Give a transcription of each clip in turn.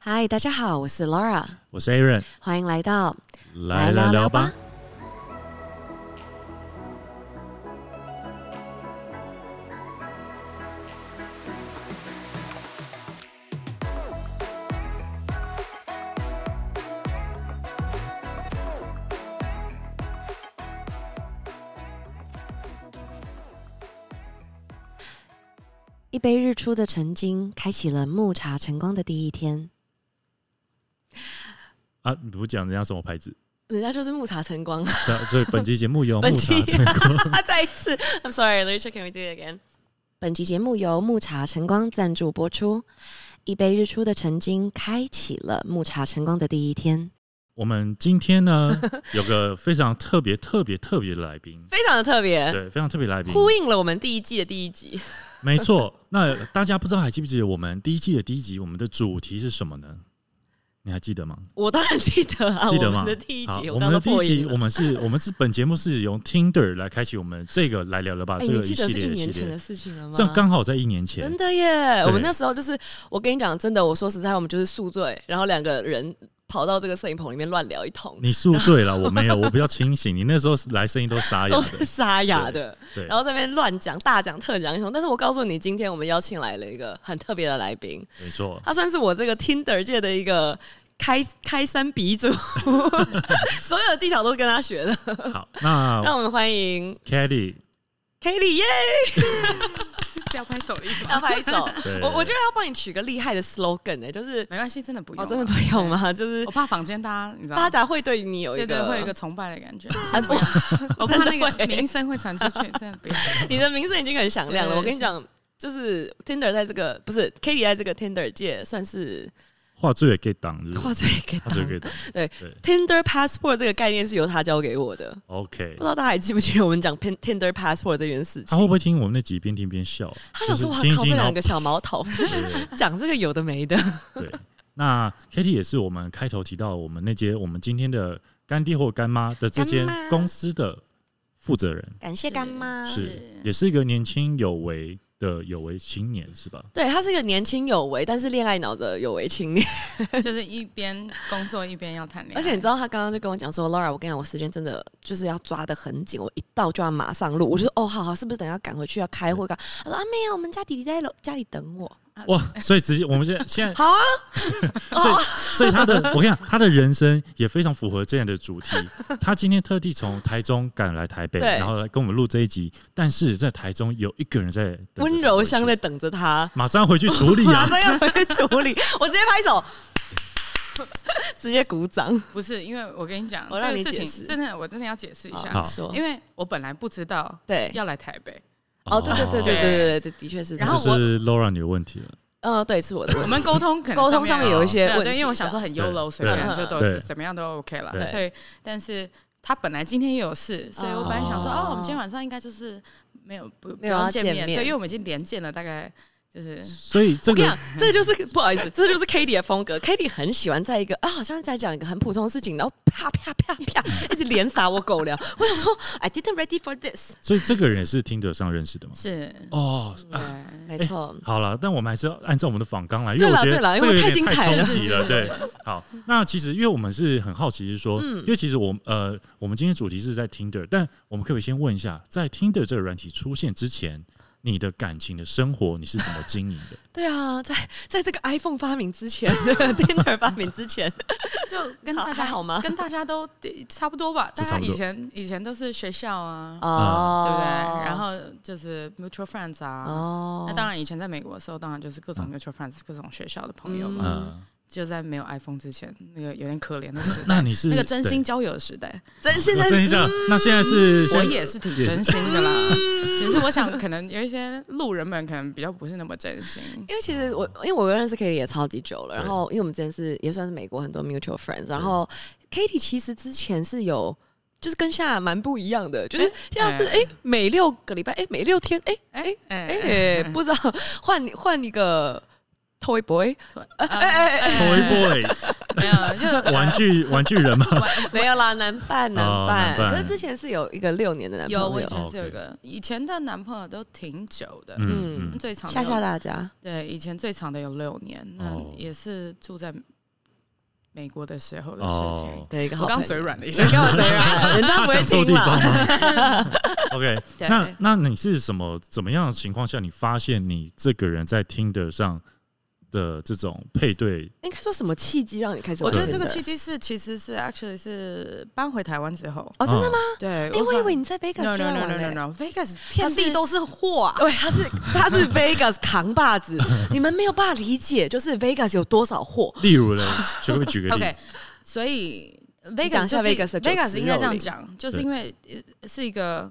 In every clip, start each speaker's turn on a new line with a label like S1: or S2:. S1: 嗨，大家好，我是 Laura，
S2: 我是 Aaron，
S1: 欢迎来到
S2: 来聊聊吧。。
S1: 一杯日出的曾经，开启了木茶晨光的第一天。
S2: 啊，你不讲人家什么牌子？
S1: 人家就是木茶晨 光，
S2: 对啊，所以本期节目由
S1: 本
S2: 木
S1: 期
S2: 茶成果
S1: 再一次，I'm sorry，let me check and we do it again。本集节目由木茶晨光赞助播出。一杯日出的曾经，开启了木茶晨光的第一天。
S2: 我们今 天呢，有个非常特别、特别、特别的来宾，
S1: 非常的特别，
S2: 对，非常特别的来宾，
S1: 呼应了我们第一季的第一集。
S2: 没错。那大家不知道还记不记得我们第一季的第一集，我们的主题是什么呢？你还记得吗？
S1: 我当然记得啊，
S2: 记得
S1: 我
S2: 吗
S1: 们的第一
S2: 好
S1: 集，，
S2: 我
S1: 刚刚
S2: 们的
S1: 都
S2: 第一
S1: 破
S2: 集，
S1: 音
S2: 我
S1: 了。
S2: 们是，我们是本节目是由 Tinder 来开启我们这个来聊聊吧，
S1: 哎，
S2: 这
S1: 你
S2: 个一
S1: 记得
S2: 系
S1: 是一
S2: 列系
S1: 年前的
S2: 列，
S1: 事情了吗？
S2: 这样刚好在一年前
S1: 真，的耶！
S2: 对
S1: 我们那时候就是，我跟你讲，真的，我说实在，我们就是宿醉，然后两个人跑到这个摄影棚里面乱聊一通，
S2: 你宿醉了，我没有，我比较清醒。你那时候来声音都沙 哑
S1: 都
S2: 的，
S1: 是沙哑的，
S2: 对
S1: 然后在那边乱讲、大讲特讲一嗯通。但是我告诉你，今天我们邀请来了一个很特别的来宾，
S2: 没错，
S1: 他算是我这个 Tinder 界的一个开开山鼻祖，所有的技巧都是跟他学的。
S2: 好，那
S1: 让我们欢迎
S2: Kelly，
S1: Kelly 耶！
S3: 是要拍手的意思
S1: 要
S3: 吗？
S1: 拍手，
S2: 对
S1: 我我觉得要帮你取个厉害的 slogan 呢、就是
S3: 没关系，真的不用
S1: 哦，
S3: 啊，
S1: 真的不用吗？就是
S3: 对？我怕房间大家你知道
S1: 大
S3: 吗，
S1: 家会对你有一
S3: 对
S1: 个，
S3: 对，会有一个崇拜的感 觉。
S1: 啊
S3: 先不要我怕那
S1: 真的会
S3: 个名声会传出去，真的 不要。
S1: 你的名声已经很响亮了。
S3: 对
S1: 我跟你讲，就是 Tinder 在这个不是 Kitty 在这个 Tinder 界算是
S2: 话最也可以 挡日，
S1: 跨最给
S2: 话最可以挡。
S1: Tinder passport 这个概念是由他教给我的，
S2: OK，
S1: 不知道大家还记不记得我们讲 Pin- Tinder passport 这件事
S2: 他
S1: 情？
S2: 会不会听我们那集边听边笑？
S1: 他想说：“
S2: 就
S1: 哇
S2: 啊是听一
S1: 靠，
S2: 听
S1: 这
S2: 然
S1: 两
S2: 后
S1: 个小毛 头讲这个有的没的。
S2: 对，那 Kitty 也是我们开头提到我们那间我们今天的干爹或干妈的这间
S1: 干妈啊
S2: 公司的负责人，”
S1: 感谢干妈。
S2: 是也是一个年轻有为的有为青年，是吧？
S1: 对他是个年轻有为，但是恋爱脑的有为青年。
S3: 就是一边工作一边要谈恋爱，
S1: 而且你知道，他刚刚就跟我讲说：“Laura，我跟你讲，我时间真的就是要抓的很紧，我一到就要马上录。”我就说：“哦，好好，是不是等一下赶回去要开会？”干嘛他说：“啊，没有，我们家弟弟在楼家里等 我。”
S2: 哇，所以直接我们现在现在
S1: 好啊， 哦
S2: 所以，所以他的， 我跟你讲，他的人生也非常符合这样的主题。 他今天特地从台中赶来台北，
S1: 对
S2: 然后来跟我们录这一集。但是在台中有一个人在等着他
S1: 温柔
S2: 回去
S1: 乡在，等着 他，
S2: 马上回去处理
S1: 马
S2: 啊！
S1: 上要回去处理，我直接拍手，直接鼓掌。
S3: 不是因为我跟你讲
S1: 我让
S3: 这
S1: 你
S3: 个事
S1: 解
S3: 情，
S1: 释
S3: 真的我真的要解释一下，
S1: 好
S2: 好
S1: 说，
S3: 因为我本来不知道
S1: 对，
S3: 要来台北，
S1: 哦，对对对对对对对，的确是这
S2: 这
S1: 样。
S3: 然后
S2: 就是 Laura 你的问题了。
S1: 嗯，对，是我的
S3: 我
S1: 问题。
S3: 们沟通可能
S1: 沟通上面有一些
S3: 对啊
S1: 问题
S3: 对，因为我想说很
S2: 对
S3: YOLO，随便就都
S2: 对
S3: 怎么样都 OK 了
S2: 对，
S3: 所以但是他本来今天也有事，所以我本来想说，
S1: 哦
S3: 哦，我们今天晚上应该就是没有不不
S1: 没有要
S3: 用见
S1: 见
S3: 面，
S1: 面
S3: 对，因为我们已经连见了大概就是
S2: 所以这
S1: 我跟你
S2: 个
S1: 讲，这就是不好意思，这就是 k a t i e 的风格。k a t i e 很喜欢在一个啊，好像在讲一个很普通的事情，然后啪啪啪啪一直连撒我狗粮。 我想说，I didn't ready for this。
S2: 所以这个人也是听者上认识的吗？
S3: 是
S2: 哦，
S3: 对，
S1: 没错，
S2: 好了，但我们还是要按照我们的访纲来，因
S1: 对
S2: 为我
S1: 啦
S2: 觉
S1: 对啦
S2: 得
S1: 因
S2: 这
S1: 为
S2: 个有
S1: 太
S2: 点
S1: 精彩
S2: 太
S1: 了
S2: 冲击了。对，好，那其实因为我们是很好奇，是说，
S1: 嗯
S2: 因为其实我们呃，我们今天主题是在 Tinder，但我们可不可以先问一下，在 Tinder 这个软体出现之前，你的感情的生活你是怎么经营的？
S1: 对啊，在在这个 iPhone 发明之前 ，Tinder 发明之前，
S3: 就跟
S1: 好
S3: 大
S1: 还
S3: 家
S1: 好吗
S3: 跟大家都差不多吧，
S2: 是差
S3: 大家
S2: 不多
S3: 以前以前都是学校啊，对不
S1: 哦，
S3: 对？然后就是 mutual friends 啊。
S1: 哦，
S3: 那当然，以前在美国的时候，当然就是各种 mutual friends，各种学校的朋友嘛。
S2: 嗯，
S3: 就在没有 iPhone 之前，那个有点可怜的时代，
S2: 那你是
S3: 那个真心交友的时代，
S1: 真现
S2: 对？
S1: 在
S2: 我真一下，那现在是
S3: 我
S2: 现在
S3: 也是挺真心的啦。 只是我想，可能有一些路人们可能比较不是那么真心。
S1: 因为其实我，因为我认识 Katie 也超级久了，
S2: 对
S1: 然后因为我们之前是也算是美国很多 mutual friends，然后 Katie 其实之前是有。就是跟现在蛮不一样的，就是现在是哎、
S3: 哎
S1: 每六个礼拜哎、每六天哎
S3: 哎
S1: 哎、
S3: 哎
S1: 不知道换换一个 toy boy
S3: 哎哎，
S2: Toy Boy
S3: 没有， 就
S2: 玩具玩具人吗？
S1: 没有啦，男伴男
S2: 哦
S1: 伴，
S2: 男伴
S1: 可是之前是有一个六年的男朋
S3: 有，我
S1: 友
S3: 以，前是有一个，以前的男朋友都挺久的，
S2: 嗯嗯，
S3: 最长的
S1: 吓吓
S3: 有
S1: 大家，
S3: 对，以前最长的有六年，那
S2: 哦
S3: 也是住在美国的时候的事情。
S2: 哦，
S1: 的一个
S3: 我
S1: 好朋友。
S3: 刚嘴软了一下
S1: 你，干嘛嘴 软？嗯人家
S2: 他
S1: 不会
S2: 讲错
S1: 听
S2: 地方
S1: 啦。
S2: 吗？OK，
S1: 对
S2: 那那你是什么怎么样的情况下，你发现你这个人在听得上的这种配对？
S1: 应该说什么契机让你开始
S3: 我
S1: 玩的？
S3: 觉得这个契机是其实是 actually 是搬回台湾之后，
S1: 哦，
S2: 啊
S1: 真的吗？
S3: 对，
S1: 哎，我以为
S3: 你
S1: 你在 Vegas
S3: no
S1: 就
S3: no
S1: 在
S3: no no
S1: 玩
S3: no
S1: 嘞。
S3: no Vegas 遍
S1: 它是
S3: 地都是货啊，
S1: 对，他是他是 Vegas 扛把子，你们没有办法理解，就是 Vegas 有多少货。
S2: 例如呢，就会举个例
S3: OK，所以
S1: 嗯讲
S3: Vegas
S1: 一
S3: 就
S1: 下 Vegas 的90
S3: 是 Vegas 应该这样
S1: 肉
S3: 讲，就是
S2: 对
S3: 因为呃是一个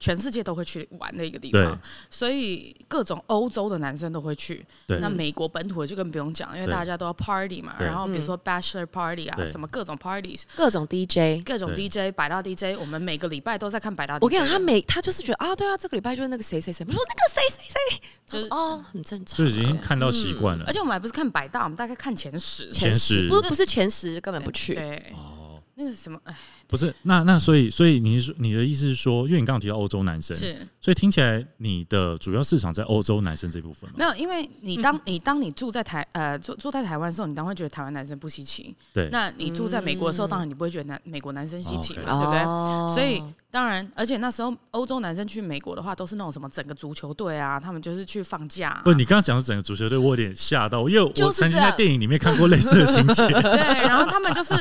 S3: 全世界都会去玩的一个地方
S2: 对，
S3: 所以各种欧洲的男生都会去。
S2: 对
S3: 那美国本土的就更不用讲，因为
S2: 对
S3: 大家都要 party 嘛，
S2: 对
S3: 然后
S1: 嗯
S3: 比如说 bachelor party 啊，
S2: 对
S3: 什么各种 parties，
S1: 各种 DJ。
S3: 各种
S2: 对
S3: DJ 百大 DJ，我们每个礼拜都在看百大 DJ。
S1: 我跟你讲，他每他就是觉得啊，对啊，这个礼拜就是那个谁谁谁，我说那个谁谁谁，就
S3: 就是是
S1: 哦，很正常
S2: 就。已经看到习惯了
S3: 而。且我们还不是看百大，我们大概看前十。
S2: 前十
S1: 不不是前十，根本不去。
S3: 对，
S2: 哦，
S3: 那个什么，哎，
S2: 不是，那那所以所以你是说你的意思是说，因为你刚刚提到欧洲男生，
S3: 是
S2: 所以听起来你的主要市场在欧洲男生这部分嘛？
S3: 没有，因为你
S1: 嗯
S3: 当你当你住在台呃住住在台湾的时候，你当然会觉得台湾男生不稀奇。
S2: 对，
S3: 那你住在美国的时候，
S1: 嗯
S3: 当然你不会觉得男美国男生稀奇嘛，
S2: OK
S3: 对不对？
S1: 哦
S3: 所以当然，而且那时候欧洲男生去美国的话，都是那种什么整个足球队啊，他们就是去放假、啊。
S2: 不，你刚刚讲的整个足球队，我有点吓到，因为我
S1: 就是
S2: 曾经
S1: 这
S2: 在
S1: 样
S2: 电影里面看过类似的情节，
S3: 对，然后他们就是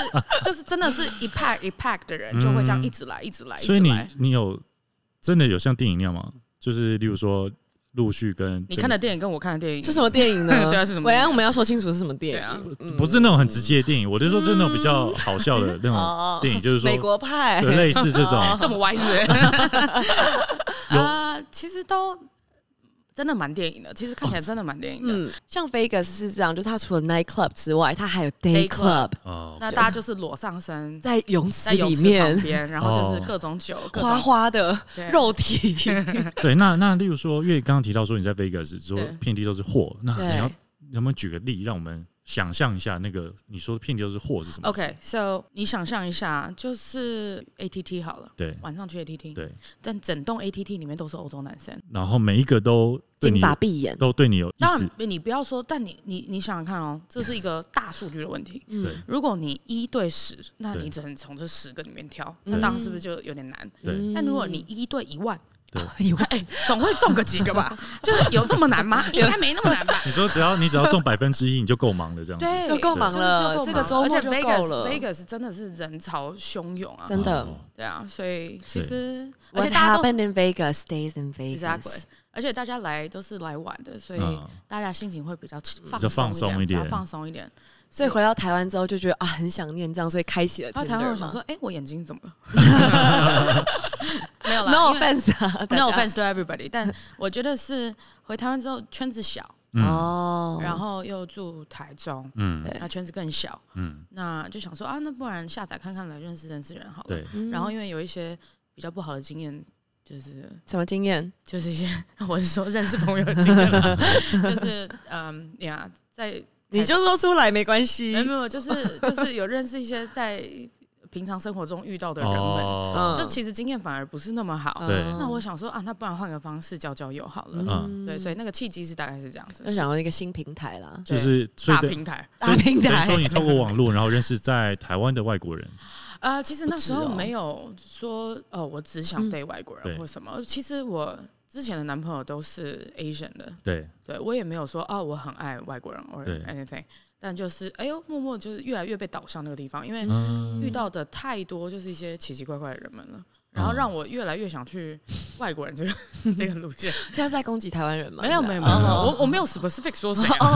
S3: 就是真的是一 pack 一 pack 的人，就会这样一直来，一直来，一
S2: 嗯所以
S3: 直
S2: 你
S3: 来。
S2: 你有真的有像电影那样吗？就是例如说陆续跟
S3: 你看的电影跟我看的电影
S1: 是什么电影呢？
S3: 对啊是什么
S1: 伟
S3: 电
S1: 安，
S3: 影
S1: 我们要说清楚是什么
S3: 对
S1: 电影。嗯
S3: 啊，
S2: 整个不是那种很直接的电影，我就说就是那种比较好笑的那种
S1: 哦
S2: 电影，就是
S1: 美
S2: 说
S1: 国哎哦派
S2: 对类似这种
S3: 这么歪是不是？
S2: 有
S3: 啊，其实都真的蛮电影的，其实看起来真的蛮电影的。
S1: 嗯， 像 Vegas 是这样，就是它除了 night club 之外，它还有 day
S3: Day
S1: club，
S3: club
S2: 哦，
S3: 那大家就是裸上身，
S1: 嗯在泳池
S3: 在泳
S1: 里
S3: 池旁
S1: 面，
S3: 边，然后就是
S2: 哦
S3: 各种酒、各种
S1: 花花的
S3: 对
S1: 肉 体，
S2: 对，那那例如说，因为刚刚提到说你在 Vegas 说
S3: 对
S2: 遍地都是货，那
S1: 对
S2: 你要能不能举个例，让我们想象一下那个你说的遍地都是货是什么意思
S3: OK，so、你想象一下，就是 ATT 好了，
S2: 对
S3: 晚上去 ATT，
S2: 对，
S3: 但整栋 ATT 里面都是欧洲男生。
S2: 然后每一个都对
S1: 金
S2: 你
S1: 发碧眼。
S2: 都对你有意
S3: 当
S2: 思
S3: 然，，你不要说，但你你你想想看哦，这是一个大数据的问 题。
S1: 嗯
S2: 对，
S3: 如果你一对十，那
S2: 对
S3: 你只能从这十个里面挑，
S1: 嗯
S3: 那当然是不是就有点难？
S2: 对
S3: 但如果你一对一万，
S1: 以为
S3: 哎，总会中个几个 吧？就是有这么难吗？ 应该没那么难吧？
S2: 你说只要你只要中百分之一，你就够忙的这样子。
S3: 对，
S1: 就够忙了
S3: 真
S1: 这
S3: 的
S1: 个
S3: 是
S1: 周末
S3: 够忙而且
S1: 就
S3: Vegas-
S1: 够了
S3: Vegas 真的是人潮汹涌啊，
S1: 真的
S2: 哦
S3: 对啊，所以其
S2: 对
S3: 实而
S1: What
S3: 且大家都
S1: happened in Vegas stays in
S3: exactly，
S1: Vegas。
S3: 而且大家来都是来玩的，所以
S2: 嗯，
S3: 大家心情会比较放
S2: 较放松一
S3: 点，
S2: 点
S3: 比较放松一点。
S1: 所以回到台湾之后就觉得啊，很想念这样，所以开启了 Tinder 嘛。
S3: 然后台湾人想说，哎，我眼睛怎么了？ 没有啦
S1: No
S3: 因为
S1: offense 啊大
S3: No
S1: 家
S3: offense to everybody，但我觉得是回台湾之后圈子小，
S2: 嗯
S1: 哦，
S3: 然后又住台中，
S2: 嗯
S3: 那圈子更小，
S2: 嗯，
S3: 那就想说啊，那不然下载看看来认识认识人好了。
S2: 对，
S1: 嗯
S3: 然后因为有一些比较不好的经验，就是
S1: 什么经验？
S3: 就是一些 我是说认识朋友的经验啦，就是 嗯呀，在
S1: 你就说出来没关系
S3: 没有没有，就是就是有认识一些在平常生活中遇到的人们，
S2: 哦，嗯
S1: 嗯
S3: 就其实经验反而不是那么好。
S2: 对
S3: 那我想说啊，那不然换个方式交交友好了。
S2: 嗯
S3: 对，所以那个契机是大概是这样子，
S1: 就想要一个新平台啦，
S2: 就是所以
S3: 大
S2: 等
S3: 平台。
S1: 大平
S2: 等于
S1: 台
S2: 说。你透过网络，然后认识在台湾的外国人，
S3: 呃，其实那时
S1: 不止
S3: 候
S1: 哦
S3: 没有说哦，我只
S1: 嗯
S3: 想对外国
S2: 对
S3: 人或什么。其实我之前的男朋友都是 Asian 的，
S2: 对
S3: 对我也没有说哦，我很爱外国人 or
S2: 对
S3: anything，但就是哎呦，默默就是越来越被导向那个地方，因为
S2: 嗯
S3: 遇到的太多就是一些奇奇怪怪的人们了。然后让我越来越想去外国 人这个这个路线，
S1: 现在在攻击台湾人吗？
S3: 没有没有没有，我我没有 specific 说谁啊，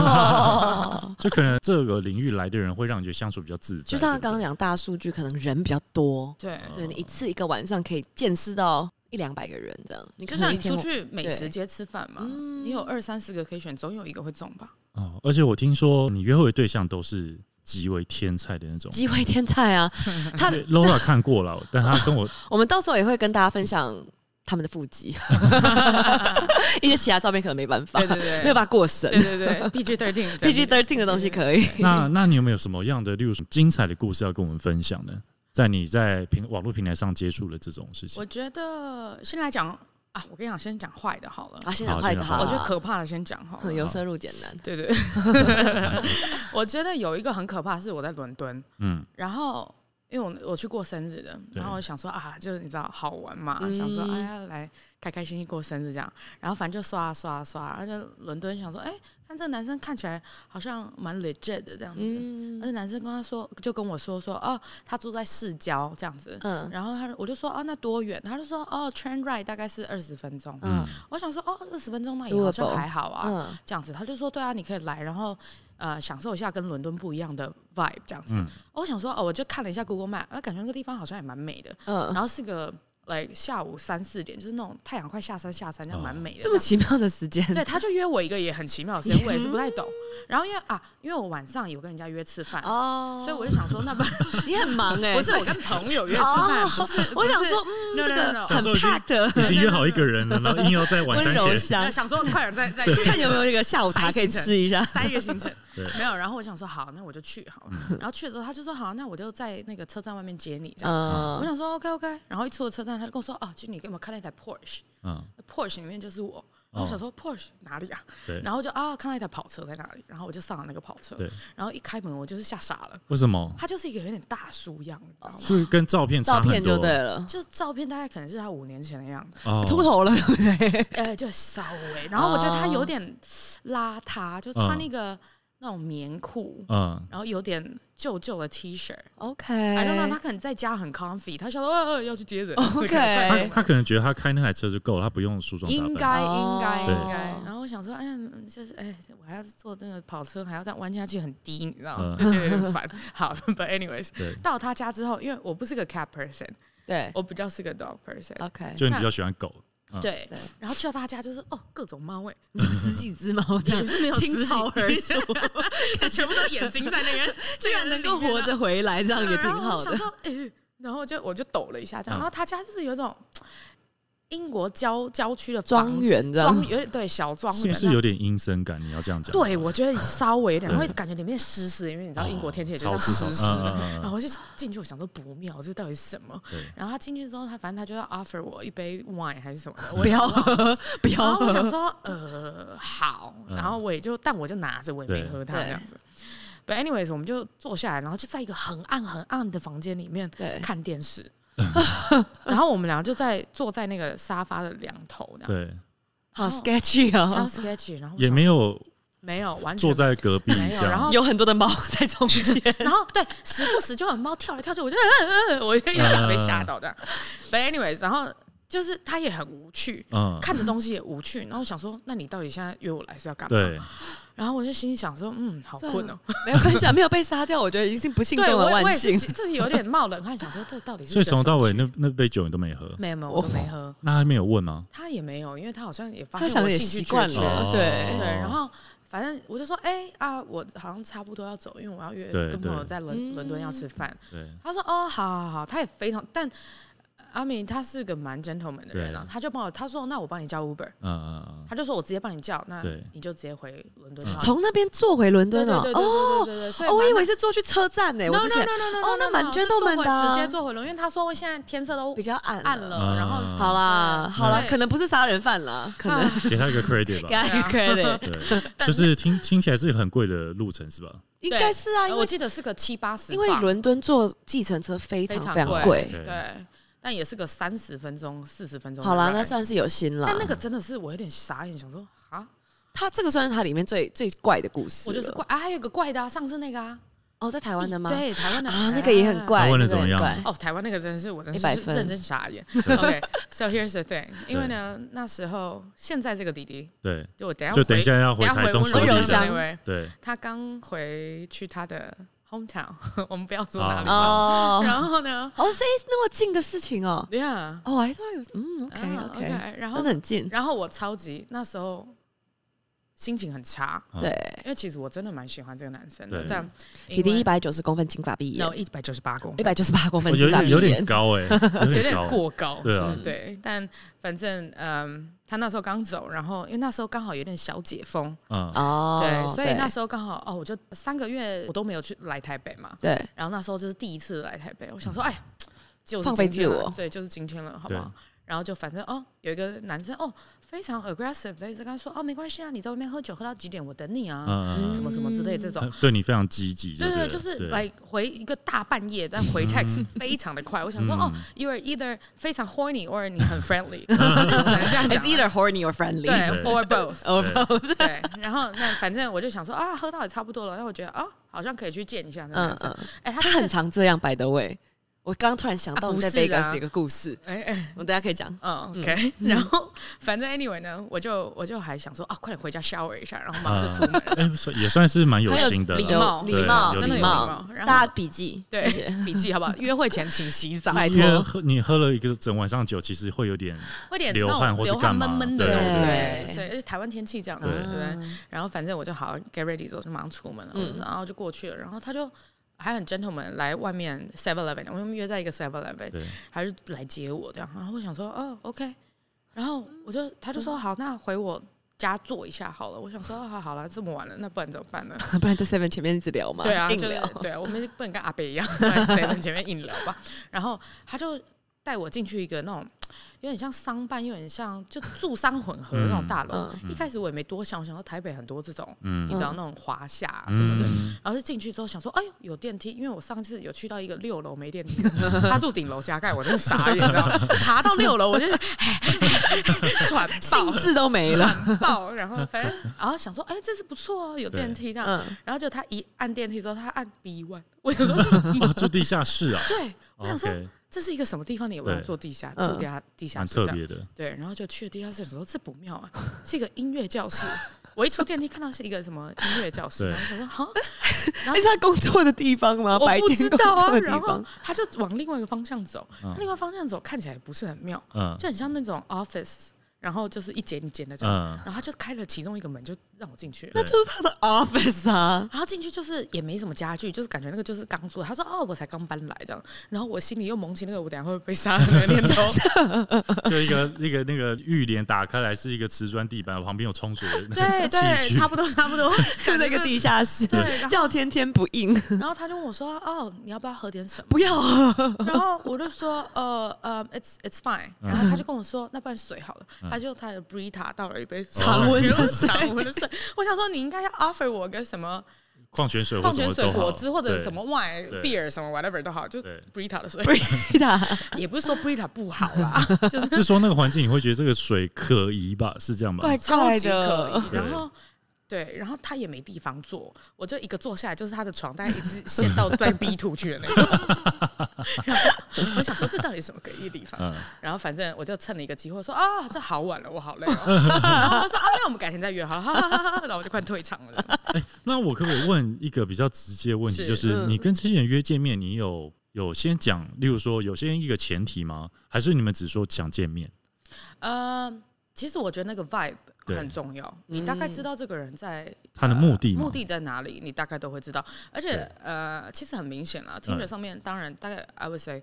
S1: 哦，
S2: 就可能这个领域来的人会让你觉得相处比较自在。
S1: 就像刚刚
S2: 对
S1: 讲大数据，可能人比较多，
S3: 对，
S2: 哦
S1: 对你一次一个晚上可以见识到一两百个人这样。你
S3: 就
S1: 可能
S3: 像
S1: 一
S3: 你
S1: 天
S3: 出
S1: 我
S3: 去美食街吃饭嘛，
S1: 嗯
S3: 你有二三十个可以选，总有一个会中 吧？
S2: 不对哦，而且我听说你约会的对象都是极为天才的那种。
S1: 机会天菜 啊，他
S2: 因为 Laura 看过了，但她跟我
S1: 我们到时候也会跟大家分享他们的腹肌，一些其他照片可能没办法
S3: 对，对 对，
S1: 没有办法过审。
S3: 对对对 ，PG thirteen
S1: PG thirteen 的东西可以。
S2: 那那你有没有什么样的，例如什么精彩的故事要跟我们分享呢？在你在平网络平台上接触的这种事情
S3: 我，觉得先来讲啊，我跟你讲，先讲坏的好了。
S1: 啊，现在
S2: 好
S1: 坏的嗯
S2: 现在
S1: 好
S2: 坏
S1: 了，
S3: 我觉得可怕的先讲好了。
S1: 很由奢入俭难。
S3: 对 对，我觉得有一个很可怕是我在伦敦，
S2: 嗯，
S3: 然后因为我我去过生日的，
S2: 对
S3: 然后我想说啊，就是你知道好玩嘛，
S1: 嗯
S3: 想说哎呀来开开心心过生日这样，然后反正就刷啊刷啊刷啊，然后就伦敦想说哎、看这个男生看起来好像蛮 legit 的这样子，而
S1: 嗯
S3: 且男生跟他说就跟我说说哦、他住在市郊这样子。
S1: 嗯
S3: 然后他我就说啊，那多远？他就说哦，train ride 大概是二十分钟。
S1: 嗯
S3: 我想说哦，二十分钟那也好像
S1: Doable
S3: 还好啊。
S1: 嗯
S3: 这样子，他就说对啊，你可以来，然后呃享受一下跟伦敦不一样的 vibe 这样子。
S2: 嗯
S3: 我想说哦，我就看了一下 Google Map，啊，感觉那个地方好像也蛮美的，
S1: 嗯，
S3: 然后是个来下午三四点，就是那种太阳快下山下山，这样蛮美的。
S1: 这么
S3: 样
S1: 奇妙的时间，
S3: 对，他就约我一个也很奇妙的时间，我也是不太懂。然后因为啊，因为我晚上有跟人家约吃饭，
S1: 哦，
S3: 所以我就想说，那不
S1: 你很忙哎，
S3: 不是我跟朋友约吃饭，不是，
S1: 我想
S3: 不是
S1: 说，嗯，
S3: no,
S1: 哦这
S3: no,
S1: 个
S3: no,
S1: 很
S2: 想说已经
S1: packed，
S2: 已经约好一个人了，然后硬要在晚
S1: 温
S2: 餐
S1: 柔
S2: 前，
S1: 乡
S3: 对，想说快点再再
S1: 看有没有一个下午茶
S3: 塞
S1: 可以
S3: 行程
S1: 吃一下。
S3: 塞一个行程
S2: 对，嗯
S3: 没有。然后我想说好，那我就去好了。然后去了之后，他就说好，那我就在那个车站外面接你这样。我
S1: 嗯，
S3: 想说 OK OK，然后一出了车站，他就跟我说哦，就你给我们看那台 Porsche，Porsche
S2: 嗯，
S3: 里面就是我。然后我想说 Porsche 哪里啊？
S2: 哦对，
S3: 然后就啊看到一台跑车在哪里，然后我就上了那个跑车
S2: 对，
S3: 然后一开门我就是吓傻了，
S2: 为什么？
S3: 他就是一个有点大叔样，你知道吗？
S2: 是跟照片
S1: 照
S2: 差
S1: 片
S2: 很
S1: 就
S2: 多，
S1: 对了，
S3: 就是照片大概可能是他五年前的样子，
S2: 哦，
S1: 秃头了，对不对？
S3: 呃，就稍微。然后我觉得他有点邋遢，就穿那个那种棉裤，
S2: 嗯，
S3: 然后有点旧旧的 T 恤，
S1: OK，
S3: I don't know，他可能在家很 comfy，他想说、呃、要去接人
S1: 哎 OK
S2: 他他可能觉得他开那台车就够了，他不用梳妆打
S3: 哎应
S2: 扮，
S3: 该
S1: 哦
S3: 应该
S2: 对
S3: 应该。然后我想说，哎，嗯就是哎，我还要坐那个跑车，还要这样弯下去，很低，你知道吗？
S2: 嗯
S3: 就觉得有点烦。好，but anyways，
S2: 对，
S3: 到他家之后，因为我不是个 cat person，
S1: 对
S3: 我比较是个 dog person，、
S1: ，OK，
S2: 就你比较喜欢狗，嗯
S3: 对
S1: 哦对。
S3: 然后去到他家就是哦，各种猫味，
S1: 就十几只猫这
S3: 也
S1: 样，
S3: 是没有
S1: 倾巢而出，
S3: 出， 就全部都眼睛在那个，
S1: 居然能够活着回来，这样也
S3: 对啊
S1: 挺
S3: 然后
S1: 好
S3: 我
S1: 的
S3: 想。说，哎、然后我就我就抖了一下，这样。
S2: 嗯
S3: 然后他家就是有一种英国郊郊区的
S1: 庄
S3: 房子
S1: 园这样
S3: 庄有点对小庄
S2: 是
S3: 园。
S2: 不是有点阴森感？你要这样讲，
S3: 那对，我觉得稍微有点
S2: 对
S3: 会感觉里面湿湿，因为你知道英国天气也就这
S2: 哦潮
S3: 样湿
S2: 湿潮
S3: 湿
S2: 嗯
S3: 的。
S2: 嗯
S3: 然
S2: 嗯
S3: 后我就进去，我想说不妙，这到底是什么？
S2: 对，
S3: 然后他进去之后，他反正他就要 offer 我一杯 wine 还是什么的，我
S1: 不
S3: 也
S1: 要
S3: 忘了
S1: 喝，不
S3: 然
S1: 要
S3: 后我想
S1: 喝。
S3: 说，呃，好，
S2: 嗯
S3: 然后我也就，但我就拿着，我也没
S2: 对
S3: 喝它
S1: 对
S3: 这样子。But anyways，我们就坐下来，然后就在一个很暗很暗的房间里面
S1: 对
S3: 看电视，
S2: 嗯
S3: 然后我们俩就在坐在那个沙发的两头这样，
S2: 对，啊
S1: 好
S3: 然后
S1: sketchy
S3: 超
S1: 哦，
S3: sketchy，然后
S2: 也没
S3: 有
S2: 有
S3: 没有完全
S2: 坐在隔壁
S3: 没有
S2: 这
S3: 然
S2: 样
S3: 后，
S1: 有很多的猫在中间。
S3: 然后对，时不时就有猫跳来跳去，我就、呃呃呃我就有点被吓到这
S2: 嗯
S3: 样。But anyways，然后就是他也很无趣，
S2: 嗯，
S3: 看的东西也无趣，然后我想说，那你到底现在约我来是要干嘛？
S2: 对，
S3: 然后我就心里想说，嗯，好困哦。
S1: 没有关系啊，没有被杀掉，我觉得已经是不幸中
S3: 对，
S1: 的
S3: 我我
S1: 万
S3: 也是
S1: 幸。
S3: 觉，就是有点冒冷汗，想说这到底是
S2: 所以
S3: 个
S2: 从
S3: 什
S2: 到
S3: 么
S2: 尾
S3: 局
S2: 那那杯酒你都没喝，
S3: 没有没有，我都
S1: 我
S3: 没喝。
S2: 那他没有问吗？
S3: 他也没有，因为他好像也发
S1: 他
S3: 现
S1: 想
S3: 我
S1: 也
S3: 兴趣
S1: 习
S3: 缺
S1: 惯
S3: 缺。
S2: 哦
S1: 了，对
S3: 对，然后反正我就说，哎、啊，我好像差不多要走，因为我要约
S2: 对
S3: 跟朋友
S2: 对
S3: 在伦
S1: 嗯
S3: 伦敦要吃饭。
S2: 对，嗯
S3: 他说，哦，好好好，他也非常，但阿敏他是个蛮 gentleman 的人啊
S2: 对，
S3: 他就帮我，他说，那我帮你叫 Uber，
S2: 嗯嗯嗯
S3: 他就说我直接帮你叫，那
S2: 对嗯
S3: 你就直接回伦敦就好了。
S1: 从那边坐回伦
S3: 对
S1: 敦
S3: 对
S1: 哦
S3: 对对。
S1: 哦，
S3: 对对对对，所以
S1: 哦我
S3: 蛮
S1: 以为是坐去车站呢，
S3: no
S1: 我
S3: no
S1: 之
S3: no
S1: 前
S3: no no，
S1: 哦那蛮 gentleman 的啊
S3: 直接坐回笼，因为他说现在天色都
S1: 比较啊暗
S3: 暗了，
S2: 嗯
S3: 然后
S1: 好啦，
S3: 对
S1: 好啦，
S3: 对
S1: 可能不是杀人犯啦，可能
S3: 啊
S2: 嗯，给他一个 credit
S1: 给
S2: 吧。
S1: 他一个 credit，
S2: 对，就是听听起来是很贵的路程是吧？
S1: 应该是啊，因
S3: 呃我
S1: 为
S3: 记得是个七八十
S1: 因
S3: 磅，
S1: 为伦敦坐计程车非常
S3: 非
S1: 非
S3: 常
S1: 常
S3: 贵
S1: 贵。
S2: 对
S3: 对，但也是个三十分钟、四十分钟的 ride。
S1: 好啦，那算是有心啦。
S3: 但那个真的是我有点傻眼，想说啊，
S1: 他这个算是他里面最最怪的故事了。
S3: 我就是怪啊，还有一个怪的啊，上次那个啊，
S1: 哦，在台湾的吗？
S3: 对，台湾的哎
S1: 啊，那个也很。怪，
S2: 他问得
S1: 那个也很
S2: 怎么样
S1: 怪
S3: 哦，台湾那个真是我真
S1: 100
S3: 是
S1: 分
S3: 认真 傻眼。OK，so here's the thing，因为呢那时候现在这个弟弟，
S2: 对，
S3: 就我等一下
S2: 就等一下要回
S3: 回等一
S2: 台
S3: 下
S2: 中
S3: 回
S2: 休
S3: 温
S1: 柔
S3: 柔
S2: 息
S1: 乡
S2: 的，
S3: 乡那位，
S2: 对，
S3: 他刚回去他的 hometown，我 们不要说哪里。
S2: 哦
S1: 哦。
S3: 然后呢
S1: 哦，这那么近的事情哦。
S3: ，Yeah，
S1: 哦，我还说有，嗯，OK
S3: 啊
S1: OK，
S3: 然后
S1: 真的很近。
S3: 然后我超级那时候心情很差，
S2: 嗯
S1: 对，
S3: 因为其实我真的蛮喜欢这个男生的，
S2: 对
S3: 但
S1: 体力一
S3: 百，
S1: 百九十公分，金发碧眼
S3: 然，一百九十八公
S1: 一
S3: 分，
S1: 百九十八公分，
S2: 我有
S1: 金发
S2: 点
S1: 碧
S2: 有点
S1: 眼。
S2: 高 哎，有
S3: 有
S2: 点
S3: 点
S2: 高，
S3: 过高，
S2: 对啊
S3: 是对。但反正嗯，他那时候刚走，然后因为那时候刚好有点小解封，
S2: 嗯，
S1: 哦，
S3: 对，所以那
S1: 时
S3: 时候刚好哦，我就三个月我都没有去来台北嘛，
S1: 对
S3: 然后那时候就是第一次来台北，我想说，哎，就
S1: 嗯
S3: 是
S1: 放飞
S3: 今天
S1: 自
S3: 了
S1: 我
S3: 对，就是今天了，好不好？然后就反正哦，有一个男生哦，非常 aggressive 的一直跟他说哦，没关系啊，你在外面喝酒喝到几点，我等你啊，
S2: 嗯，
S3: 什么什么之类这种。
S2: 嗯对你非常积极，
S3: 对
S2: 对
S3: 对，
S2: 了，
S3: 就是
S2: 对嗯
S3: 来回一个大半夜，但回 text 非常的快。我想说，哦，you are either 非常 horny or 你很 friendly，就只能这样
S1: It's
S3: 讲
S1: either horny or friendly.
S3: 对，or both。
S1: Or
S2: 对
S1: both.
S3: 对，然后那反正我就想说啊，喝到也差不多了，然后我觉得啊，好像可以去见一下那
S1: 嗯
S3: 个男生
S1: 嗯。，
S3: 哎，他
S1: 他很常这样，by the way。我刚刚突然想到
S3: 啊
S1: 我
S3: 不
S1: 们在
S3: 是啊
S1: Vegas 的一个故事，
S3: 哎哎，
S1: 我大家可以讲。
S3: 嗯，OK，然 后反正 anyway 呢，我就我就还想说啊，快点回家 shower 一下，然后马
S1: 啊嗯
S3: 上就出门了。
S2: 哎，算也算是蛮有
S1: 还有
S2: 心的
S3: 礼
S2: 了。
S3: 貌
S1: 礼
S2: 对
S1: 貌，
S2: 有
S1: 礼
S2: 真的有礼
S1: 貌
S3: 貌然，后
S1: 大家笔记，
S3: 对
S1: 谢谢。，嗯
S3: 笔记好不好？约会前请洗澡，
S1: 拜
S2: 因为
S1: 托，
S2: 喝你喝了一个整晚上酒，其实会有点
S3: 会点
S2: 流汗
S3: 那种
S2: 或是
S3: 流
S2: 干
S3: 汗
S2: 嘛
S3: 闷闷的，
S2: 对
S1: 对对
S3: 对，所以而且台湾天气这样，
S2: 对
S3: 对不对？然后反正我就好 get ready 之后就马上出门了，
S1: 嗯
S3: 我就然后就过去了，然后他就。还很 gentleman 来外面 Seven Eleven，我们约在一个 Seven Eleven，
S2: 对，
S3: 还是来接我这样。然后我想说，哦，OK，然后我就他就
S1: 嗯
S3: 说好，那回我家坐一下好了。我想说，哦好好了，这么晚了，那不然怎么办呢？
S1: 不然在 Seven 前面一直聊嘛，
S3: 对啊，
S1: 硬
S3: 就是
S1: 聊。
S3: 对，我们不能跟阿北一 样在 seven 前面硬聊吧。然后他就带我进去一个那种有点像商办，有点像就住商混合的那种大楼。
S1: 嗯
S3: 一开始我也没多想，我想说台北很多这种，
S2: 嗯
S3: 你知道那种华夏、啊什么的。
S2: 嗯，
S3: 然后就进去之后想说，哎呦有电梯，因为我上次有去到一个六楼没电梯，他住顶楼加盖，我真是傻眼，你知道吗？爬到六楼我就 喘
S1: 兴
S3: 爆
S1: 致都没了，
S3: 喘爆，然后反正然后想说，哎这次不错哦，有
S2: 对
S3: 电梯这样，
S1: 嗯，
S3: 然后就他一按电梯之后，他按 B one，我想说，
S2: 哦，住地下室啊
S3: 对， 我想说
S2: ，OK，
S3: 这是一个什么地方？你有没有
S2: 对
S3: 坐地下
S1: 嗯
S3: 住地下地下
S2: 蛮
S3: 室
S2: 特
S3: 这样？
S2: 别的，
S3: 对，然后就去了地下室，想说这不妙啊，是一个音乐教室。 我一出电梯看到是一个什么音乐教室，
S2: 对啊
S3: 然后想说哈，然
S1: 那
S3: 后
S1: 哎是他工作的地方吗？白
S3: 我不
S1: 天
S3: 知
S1: 工
S3: 道
S1: 作
S3: 啊，
S1: 的地
S3: 然后
S1: 方，
S3: 他就往另外一个方向走，
S2: 嗯
S3: 另外方向走看起来不是很妙，
S2: 嗯
S3: 就很像那种 office，然后就是一间一间的这样，
S2: 嗯，
S3: 然后他就开了其中一个门就让我进去了。
S1: 那就是他的 office 啊。
S3: 然后进去就是也没什么家具，就是感觉那个就是刚住的。他说：“哦，我才刚搬来这样。”然后我心里又萌起那个我等一下会被杀的那个念头。
S2: 就一个那个那个浴帘打开来是一个瓷砖地板，旁边有冲水的那
S3: 对
S2: 个器
S3: 对，
S2: 具
S3: 差，不多差不多，
S1: 就
S3: 感
S1: 那
S3: 觉
S1: 个
S3: 就
S1: 地下室，
S3: 对然后
S1: 叫天天不应，
S3: 然后他就问我说：“哦，你要不要喝点什么
S1: 不要啊！？”
S3: 然后我就说：“呃呃，it's it's fine。”然后他就跟我说：“那不然水好了。”他就他的 Brita 倒了一杯水
S1: 常温的
S3: 给我常温的水。我想说你应该要 offer 我个什么
S2: 矿泉水或
S3: 矿
S2: 什
S3: 泉
S2: 么
S3: 水、
S2: 都好
S3: 果汁或者
S2: 对
S3: 什么 wine
S2: 对
S3: beer 什么 whatever 都好，就是 Brita 的水。 也不是说 Brita 不好啦，就是
S2: 是说那个环境你会觉得这个水可疑吧？是这样吧？
S1: 怪
S3: 超
S1: 怪
S3: 级可
S1: 的，
S3: 疑。然后对，然后他也没地方坐，我就一个坐下来，就是他的床，大概一直陷到在 B 图去的那 种。然后我想说，这到底什么诡异的地方？
S2: 嗯，
S3: 然后反正我就趁了一个机会说啊，这好晚了，我好 累哦。然后他说啊，那我们改天再约好了，哈哈哈哈然后我就快退场了。
S2: 那我可不可以问一个比较直接的问题，
S3: 是
S2: 就是
S1: 嗯
S2: 你跟这些人约见面，你有有先讲，例如说有先一个前提吗？还是你们只说想见面？
S3: 呃，其实我觉得那个 vibe
S2: 嗯对
S3: 很重要，你大概知道这个人在
S2: 他的目的吗？
S3: 呃目的在哪里，你大概都会知道。而且呃，其实很明显啦，Tinder 上面当
S2: 嗯
S3: 然大概 I would say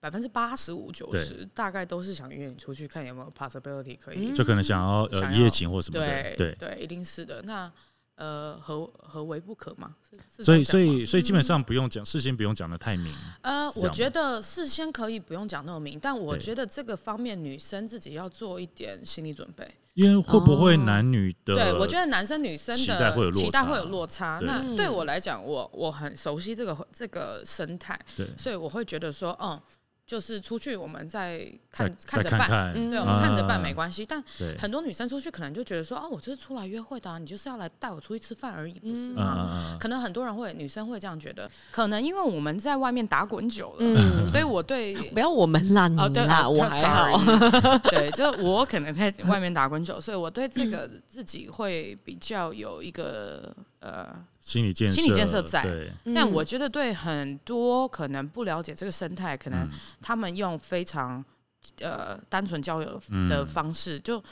S3: 百分之八十五九十大概都是想约你出去看有没有 possibility 可以。
S2: 就可能想要呃
S3: 嗯想
S2: 一
S3: 要
S2: 夜情或什么
S3: 对
S2: 的，对。
S3: 对，一定是的。那呃，何何为不可嘛？是是
S2: 所以，
S3: 这
S2: 所
S3: 样讲吗嗯
S2: 以，所以基本上不用讲，事先不用讲的太明。
S3: 呃，
S2: 是这样
S3: 我
S2: 吗
S3: 觉得事先可以不用讲那么明，但我
S2: 对
S3: 觉得这个方面女生自己要做一点心理准备。
S2: 因为会不会
S1: 哦
S2: 男女的？
S3: 对，我觉得男生女生的
S2: 期待会有落
S3: 期待
S2: 差
S3: 会有落差。
S2: 对
S3: 那对我来讲，我我很熟悉这个这个生态，
S2: 对
S3: 所以我会觉得说，嗯，就是出去我们再
S2: 再
S3: 看看
S2: 再
S3: 着
S2: 看
S3: 办，
S2: 看，
S1: 嗯
S3: 对，我们看着
S2: 啊
S3: 办没关系。但
S2: 对，
S3: 很多女生出去可能就觉得说，哦，我就是出来约会的、啊，你就是要来带我出去吃饭而已，不是
S1: 嗯
S2: 嗯嗯
S3: 吗？
S2: 嗯嗯
S3: 可能很多人会，女生会这样觉得，可能因为我们在外面打滚久了，
S1: 嗯
S3: 所以我对
S1: 不要我们啦，你
S3: 哦，对
S1: 啦，
S3: 哦
S1: 我
S3: 他
S1: 还好。
S3: sorry 对，就我可能在外面打滚久，所以我对这个自己会比较有一个呃，
S2: 心理建设，
S3: 心理建设在
S2: 对，
S1: 嗯
S3: 但我觉得对很多可能不了解这个生态，可能
S2: 嗯
S3: 他们用非常呃单纯交友
S2: 嗯
S3: 的方式，就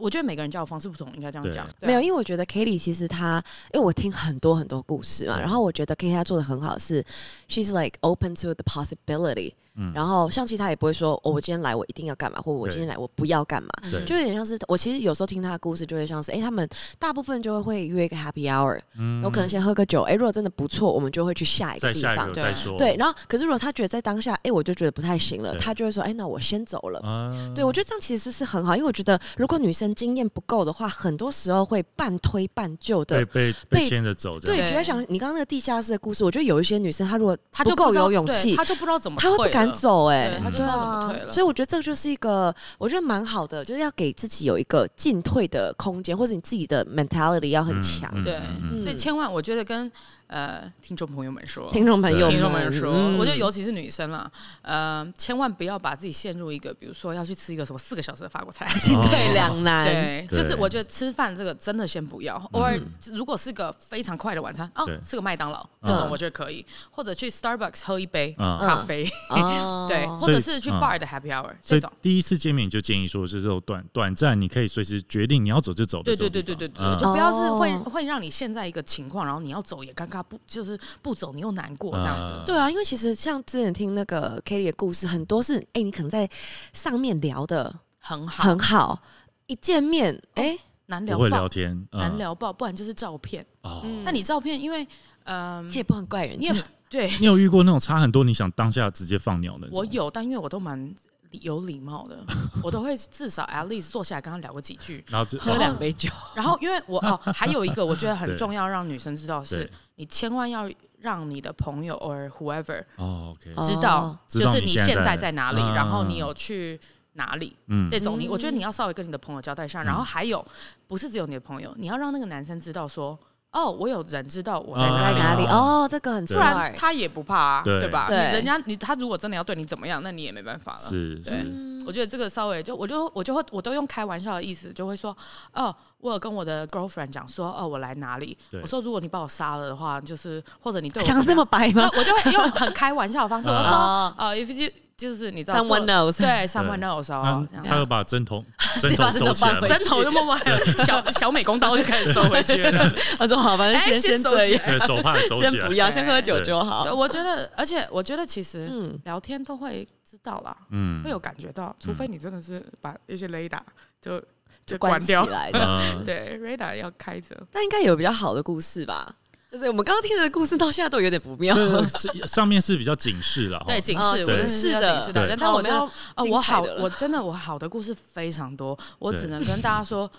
S3: 我觉得每个人交友方式不同，应该这样讲。对啊
S1: 没有，因为我觉得 Kelly 其实她，因为我听很多很多故事嘛，
S2: 对
S1: 然后我觉得 Kelly 她做的很好是，she's like open to the possibility，
S2: 嗯
S1: 然后像其实他也不会说哦，我今天来我一定要干嘛，或我
S2: 对嗯
S1: 今天来我不要干嘛，
S2: 对
S1: 就有点像是我其实有时候听他的故事，就会像是哎、诶他们大部分就会约一个 happy hour，
S2: 嗯
S1: 有可能先喝个酒，哎、如果真的不错，我们就会去下一个
S2: 再
S1: 地
S2: 下一
S1: 方
S2: 个。再说，
S1: 对，然后可是如果他觉得在当下，哎、我就觉得不太行了，
S2: 对
S1: 他就会说，哎、那我先走了。
S2: 啊，
S1: 对，我觉得这样其实是很好，因为我觉得如果女生经验不够的话，很多时候会半推半就的
S2: 被。被被
S1: 被
S2: 牵着走这
S1: 对，嗯
S2: 样，
S1: 就在想你刚刚那个地下室的故事，我觉得有一些女生她如果
S3: 他
S1: 不
S3: 就
S1: 够
S3: 知道
S1: 有勇
S3: 对
S1: 气
S3: 他就不知道怎么
S1: 她会
S3: 退
S1: 不敢
S3: 了。
S1: 走哎、
S3: 对，他
S1: 对
S3: 就不知道怎么
S1: 啊
S3: 退，了。
S1: 所以我觉得这个就是一个，我觉得蛮好的，就是要给自己有一个进退的空间，或者你自己的 mentality 要很强。
S3: 对
S1: 嗯
S3: 所以千万，我觉得跟呃听众朋友们说，
S1: 听众朋友，
S3: 听众们说，
S1: 嗯
S3: 我觉得尤其是女生啦，呃，千万不要把自己陷入一个，比如说要去吃一个什么四个小时的法国菜。
S1: 进退两难。
S3: 对，
S2: 对嗯
S3: 就是我觉得吃饭这个真的先不要，偶尔如果是个非常快的晚餐，哦
S2: 对，
S3: 吃个麦当劳这
S2: 嗯
S3: 种我觉得可以，或者去 Starbucks 喝一杯
S2: 啊
S3: 咖啡，
S1: 哦
S3: 对，嗯或者是去
S2: 嗯
S3: bar 的 happy hour
S2: 所
S3: 这
S2: 以
S3: 种，
S2: 第一次见面你就建议说，是这种短短暂，你可以随时决定你要走就走的
S3: 对
S2: 这种
S3: 对
S2: 地
S3: 对
S2: 方。
S3: 对对对，
S2: 嗯
S3: 就不要是会
S1: 哦
S3: 会让你陷在一个情况，然后你要走也尴尬，不就是不走你又难过这样子。
S2: 嗯
S1: 对啊，因为其实像之前听那个 k a t i e 的故事，很多是哎、你可能在上面聊的
S3: 很好，
S1: 很好，一见面哎、
S3: 难
S2: 不
S3: 聊
S2: 会
S3: 爆
S2: 聊，天，嗯
S3: 难聊爆，不然就是照片。
S2: 哦。
S1: 嗯
S3: 那你照片，因为嗯，
S1: 也不很怪人
S3: 你
S1: 家
S3: 也对
S2: 你有遇过那种差很多，你想当下直接放鸟的？
S3: 我，有，但因为我都蛮有礼貌的，我都会至少 at least 坐下来跟他聊个几句。
S2: 然后就哦
S1: 喝两杯酒，啊
S3: 然后因为我哦，还有一个我觉得很
S2: 对
S3: 重要，让女生知道
S2: 对
S3: 是，你千万要让你的朋友 or whoever
S2: 哦，OK，
S1: 哦
S3: 知道，
S2: 知
S3: 就
S2: 道
S3: 是
S2: 你
S3: 你
S2: 现
S3: 现
S2: 在
S3: 在在哪里，
S2: 嗯
S3: 然后你有去哪里。
S2: 嗯，
S3: 这种你，我觉得
S1: 嗯
S3: 你要稍微跟你的朋友交代一下，然后还有不是只有你的朋友，你要让那个男生知道说，哦，我有人知道我在
S1: 在
S3: 哪里，
S1: 哪里？
S2: 啊
S1: 哦，这个很
S2: 对
S3: 不然
S1: smart，
S3: 他也不怕啊，
S2: 对
S3: 对吧？你
S1: 对
S3: 人家你他如果真的要对你怎么样，那你也没办法了。
S2: 是
S3: 对
S2: 是，
S3: 我觉得这个稍微就我就我就会我都用开玩笑的意思，就会说，哦，我有跟我的 girlfriend 讲说，哦，我来哪里
S2: 对？
S3: 我说如果你把我杀了的话，就是或者你对我
S1: 讲 这么白吗？
S3: 对，我就会用很开玩笑的方式，我就
S2: 啊
S3: 说，
S1: 哦
S3: 呃，if you 就是你知道做
S1: Someone knows，
S3: 对 someone knows
S2: 那
S3: 哦，这样
S2: 他又把针 筒针筒
S1: 把针
S2: 收
S1: 筒
S2: 起来
S1: 放
S2: 了
S1: 回
S3: 针头就默默还有 小小美工刀就开始收回去了。
S1: 我说好，反
S2: 嗯
S1: 正
S3: 哎
S1: 先
S3: 先
S1: 先
S3: 收
S1: 这
S3: 起
S1: 样，
S3: 来
S2: 对手帕也收起
S1: 先不
S2: 来，
S1: 要，
S3: 对
S1: 先喝酒就好
S3: 对，。我觉得，而且我觉得其实
S1: 嗯，
S3: 聊天都会知道啦，
S2: 嗯
S3: 会有感觉到，除非你真的是把一些 radar 就就
S1: 关
S3: 关
S1: 起
S3: 掉。
S1: 来的。
S2: 嗯
S3: 对，radar 要开着。
S2: 哦
S1: 那应该有比较好的故事吧？就是我们刚刚听的故事到现在都有点不妙。
S2: 这是上面是比较警示了，
S3: 对，
S2: 哈
S3: 嗯警
S1: 哦
S3: 示，我觉
S2: 对
S3: 得是要
S1: 是的
S3: 警示大
S2: 对
S3: 家。但
S1: 好
S3: 我觉得，
S1: 们要
S3: 哦，
S1: 精
S3: 我
S1: 彩
S3: 好，
S1: 的了
S3: 我真的我好的故事非常多，我
S2: 对
S3: 只能跟大 家说，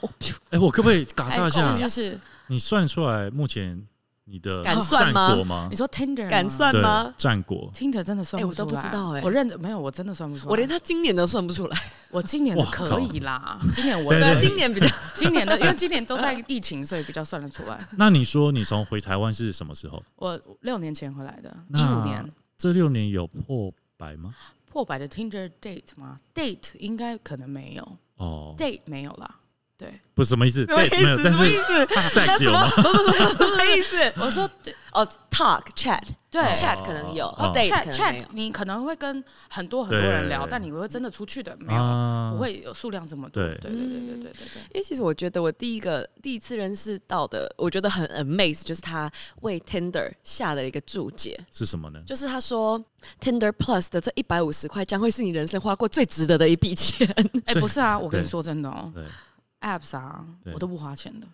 S2: 哎，我可不可以打岔
S3: 哎，
S2: 一下
S3: 是？是是，
S2: 你算出来目前你的
S1: 敢
S2: 战
S1: 算吗
S2: 果吗
S3: 你？说 Tinder
S1: 敢
S3: 吗
S1: 算
S2: 对
S1: 吗？
S2: 战果，
S3: Tinder 真的算
S1: 哎
S3: 不
S1: 我都
S3: 出
S1: 不
S3: 来，
S1: 知道哎
S3: 我认得没有，我真的算不出来，
S1: 我连他今年都算不出来，
S3: 我今年的
S2: 哇靠
S3: 可以啦，今年我
S2: 对
S1: 对
S2: 对
S1: 啊，
S3: 可以
S1: 今年比较
S3: 今年的，因为今年都在疫情，所以比较算得出来。
S2: 那你说你从回台湾是什么时候？
S3: 我六年前回来的，一
S2: 那
S3: 五年
S2: 这六年有破百吗？
S3: 破百的 Tinder date 吗？date 应该可能没有
S2: 哦，
S3: ，date 没有啦。对，
S2: 不是什么意思？
S1: 什么
S2: 对
S1: 意，
S2: 没有
S1: 思？，什
S2: 但
S1: 么意
S2: 是
S1: 思？那
S2: sex
S1: 什
S2: 有
S1: 么
S2: 吗？？
S1: 不不不不，什么意思？
S3: 我说对
S1: 哦，talk chat
S3: 对
S1: chat 可能有
S2: 哦
S1: 哦，date
S3: chat
S1: 可能没有
S3: chat，你可能会跟很多很多
S2: 对
S3: 人聊，但你会真的出去的没有，
S2: 啊
S3: 不会有数量这么多。
S2: 对
S3: 对对对对对对对。
S1: 因为其实我觉得我第一个第一次认识到的，我觉得很 amaze，就是他为 Tinder 下的一个注解，
S2: 是什么呢？
S1: 就是他说 Tinder Plus 的这一百五十块将会是你人生花过最值得的一笔钱。
S3: 哎、
S2: 所以
S3: 不是啊，我跟你
S2: 对
S3: 说真的哦
S2: 对
S3: ，Apps 啊
S2: 对，
S3: 我都不花钱的，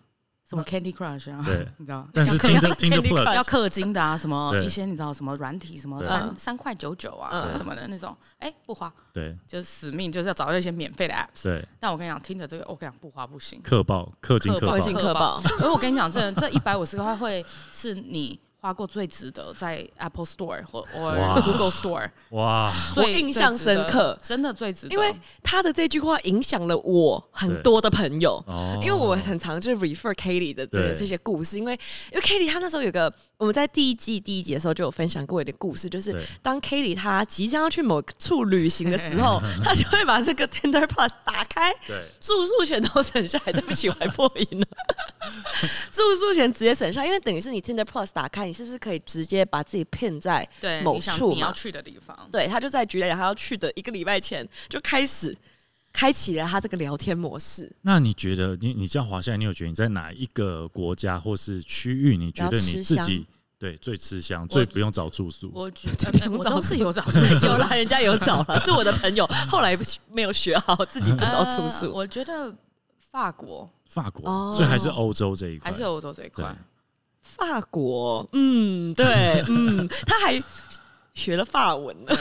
S3: 什么 Candy Crush 啊，
S2: 对
S3: 你知道，
S2: 但是
S1: 可以
S2: 听着
S1: 要
S2: 听着
S1: Candy Crush
S2: plus
S3: 要氪金的啊，什么
S2: 对
S3: 一些你知道什么软体，什么
S1: 嗯
S2: 对
S3: 三三块九九啊
S1: 嗯
S3: 什么的那种，哎、不花，
S2: 对
S3: 就是死命就是要找到一些免费的 Apps。
S2: 对，。
S3: 但我跟你讲，听着这个，我跟你讲不花不行
S2: 氪爆氪金
S3: 氪
S2: 氪
S3: 爆
S1: 报
S3: 报
S1: 警
S2: 爆，
S1: 客报，
S3: 而我跟你讲，这这一百五十块会是你。花过最值得在 Apple Store 或
S2: 哇
S3: 或 Google Store，
S2: 哇，
S1: 我
S3: 最
S1: 印象深，刻
S3: 最值得真的最值得，
S1: 因为他的这句话影响了我很多的朋友。
S2: 哦，
S1: 因为我很常就是 refer Kelly 的这
S2: 对
S1: 这些故事，因为因为 Kelly 她那时候有个我们在第一季第一集的时候就有分享过一个故事，就是
S2: 对
S1: 当 Kelly 她即将要去某处旅行的时 候，她就会把这个 Tinder Plus 打开，
S2: 对
S1: 住宿钱都省下来。对不起，我还破音了， 住宿钱直接省下来，因为等于是你 Tinder Plus 打开，你是不是可以直接把自己骗在
S3: 对
S1: 某
S3: 你想
S1: 处
S3: 你要
S1: 嘛？
S3: 去的地方，
S1: 对，他就在局里他要去的一个礼拜前就开始开启了他这个聊天模 式。
S2: 那你觉得你你这样滑下来，你有觉得你在哪一个国家或是区域，你觉得
S1: 比较
S2: 你
S1: 吃
S2: 自
S1: 香
S2: 己对，最吃香，最不用找住宿。
S3: 我觉得我都是有找住宿，
S1: 有啦，人家有找了，是我的 朋友，后来没有学好，自己不找住宿。
S3: 啊我觉得法国，
S2: 法国，
S1: 哦
S2: 所以还是欧洲这一块，
S3: 还是欧洲这一块。
S1: 法国，嗯，对， 嗯，他还学了法文呢，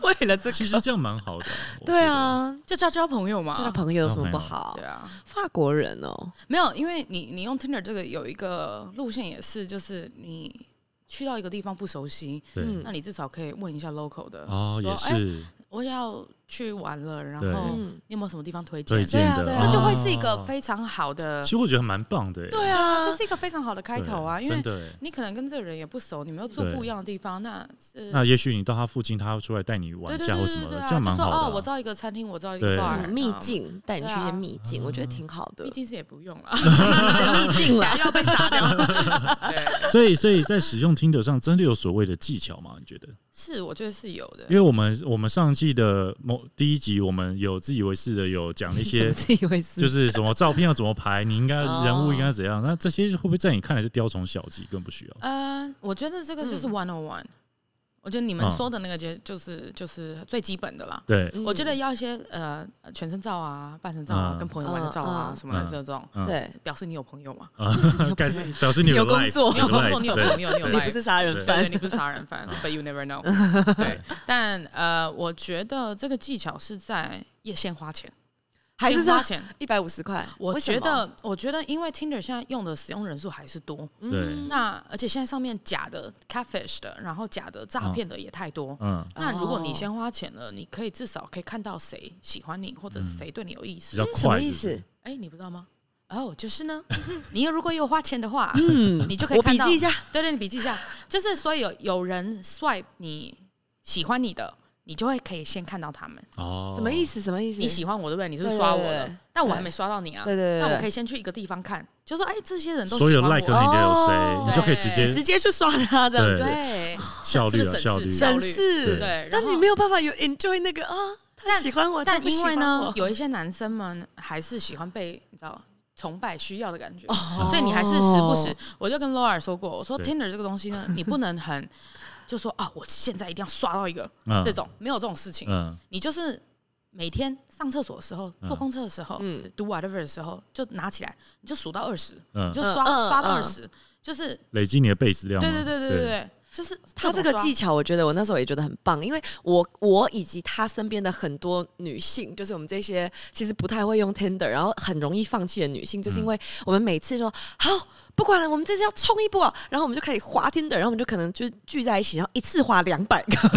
S1: 为了这个，
S2: 其实这样蛮好的。
S1: 对啊，
S3: 就交交朋友嘛，
S1: 交交朋友有什么不好？
S3: 对啊，
S1: 法国人哦，
S3: 没有，因为你你用 Tinder 这个有一个路线也是，就是你去到一个地方不熟悉，
S1: 嗯
S3: 那你至少可以问一下 local 的
S2: 嗯哦，也是，
S3: 我要去玩了，然后
S1: 嗯
S3: 你有没有什么地方推荐？
S2: 对
S3: 啊，对，这就会是一
S2: 哦
S3: 个非常好的，
S2: 其实我觉得蛮棒的，
S3: 呃对啊，这是一个非常好的开头啊，因为你可能跟这个人也不熟，你们又住不一样的地方，那
S2: 那也许你到他附近，他出来带你玩一下或什么的，这样蛮好的。啊
S3: 哦，我知道一个餐厅，我知道一个 bar，
S1: 嗯
S3: 嗯
S1: 秘境带你去
S3: 啊
S1: 些秘境，我觉得挺好的。
S3: 秘境是也不用了，
S1: 秘 境了
S3: 要被杀掉。对，
S2: 所以所以在使用听得上，真的有所谓的技巧吗？你觉得？
S3: 是，我觉得是有的。
S2: 因为我们我们上季的某第一集，我们有自以为是的有讲 一些
S1: 自以为是，
S2: 就是什么照片要怎么拍，你应该人物应该怎样。那这些会不会在你看来是雕虫小技，更不需要？
S3: 呃，我觉得这个就是 one on one。我觉得你们说的那个就就是就是最基本的啦。
S2: 对，
S1: 嗯
S3: 我觉得要一些呃全身照啊、半身照嗯啊、跟朋友玩的照啊什么的这种，
S2: 嗯
S1: 对，
S3: 表示你有朋友 嘛，
S2: 表示嗯表示你
S1: 有工作，
S3: 你有工作，你有朋友，你有
S1: 你不是杀人 犯，
S3: 你不是杀人犯，But you never know。对，但呃，我觉得这个技巧是在也先花钱。
S1: 还是
S3: 花钱
S1: 一百五十块，
S3: 我觉得，我觉得，因为 Tinder 现在用的使用人数还是多，
S2: 对，
S3: 那而且现在上面假的 catfish 的，然后假的诈骗的也太多，嗯，那如果你先花钱了，你可以至少可以看到谁喜欢你，或者谁对你有意思，
S2: 比较
S1: 什么
S2: 快，
S1: 意思？
S3: 哎，你不知道吗？哦，就是呢， 你如果有花钱的话，
S1: 嗯，
S3: 你就可以看到，
S1: 我笔记一下，
S3: 对对，你笔记一下，就是所以有有人 swipe 你喜欢你的，你就会可以先看到他们。
S2: 哦，
S1: 什么意思？什么意思？
S3: 你喜欢我对不对？你是
S1: 对对
S3: 刷我了
S1: 对，
S3: 但我还没刷到你啊。
S1: 对对对对
S3: 那我可以先去一个地方看，就说哎，这些人都
S2: 所
S3: 喜
S2: 有
S3: 欢
S2: like 你
S3: 我。
S2: 的有谁，
S1: 哦
S2: 你就可以直
S1: 直接
S2: 接
S1: 去刷他这样
S2: 对
S3: 对，
S2: 效率
S3: 是
S2: 啊
S3: 不是
S2: 效率
S3: 省事？
S1: 省
S3: 效率
S1: 事，
S3: 对
S1: 但
S3: 然后
S1: 你没有办法有 enjoy 那个啊，他喜欢我，
S3: 但
S1: 哦他不喜
S3: 因为
S1: 欢
S3: 呢
S1: 我，
S3: 有一些男生们还是喜欢被你知道崇拜、需要的感觉，
S1: 哦
S3: 所以你还是时不时，我就跟 Laura 说过，我说
S2: 对
S3: Tinder 这个东 西呢，你不能很就说啊，我现在一定要刷到一个
S2: 嗯
S3: 这种，没有这种事情，
S2: 嗯，
S3: 你就是每天上厕所的时候、
S2: 嗯
S3: 坐公车的时候、
S1: 嗯
S3: 读 whatever 的时候，就拿起来，你就数到二十、
S2: 嗯
S3: 你就刷、
S1: 嗯嗯
S3: 刷到
S1: 嗯
S3: 二十、就是
S2: 累积你的 base 量吗。
S3: 对对对对对对，就是
S1: 他这个技
S3: 巧，
S1: 巧，我觉得我那时候也觉得很棒，因为我我以及他身边的很多女性，就是我们这些其实不太会用 Tinder，然后很容易放弃的女性，就是因为我们每次说好不管了，我们这次要冲一波，然后我们就可以滑 Tinder，然后我们就可能就聚在一起，然后一次滑两百个，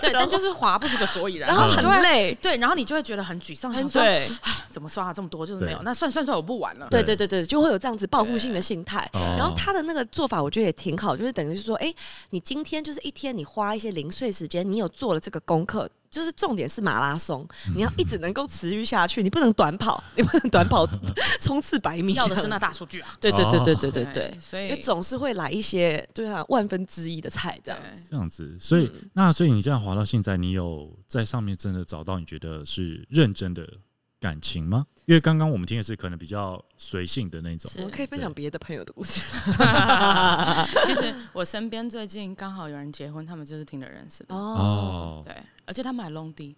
S3: 对，但就是滑不出个所以然，
S1: 然后
S3: 你就
S1: 很
S3: 会
S1: 累，
S3: 对，嗯然后你就会觉得很沮丧，想
S1: 很
S3: 说
S1: 对
S3: 怎么刷了这么多，就是
S2: 对
S3: 没有。那算算算，我不玩了。
S1: 对
S2: 对
S1: 对对对，就会有这样子报复性的心态。
S2: 哦
S1: 然后他的那个做法，我觉得也挺好，就是等于是说，哎，你今天就是一天，你花一些零碎时间，你有做了这个功课。就是重点是马拉松，你要一直能够持续下去，你不能短跑，你不能短跑冲刺百米。
S3: 要的是那大数据啊。
S1: 对对对对对对对，
S3: 所
S1: 因
S3: 以
S1: 为总是会来一些对啊万分之一的菜这
S3: 对
S1: 样。
S2: 这样子，所以、
S3: 嗯
S2: 那所以你这样滑到现在，你有在上面真的找到你觉得是认真的感情吗？因为刚刚我们听的是可能比较随性的那种，
S1: 我们可以分享别的朋友的故事。
S3: 其实我身边最近刚好有人结婚，他们就是听的认识的。
S1: 哦，
S2: 哦，
S3: 对，而且他们还 long D，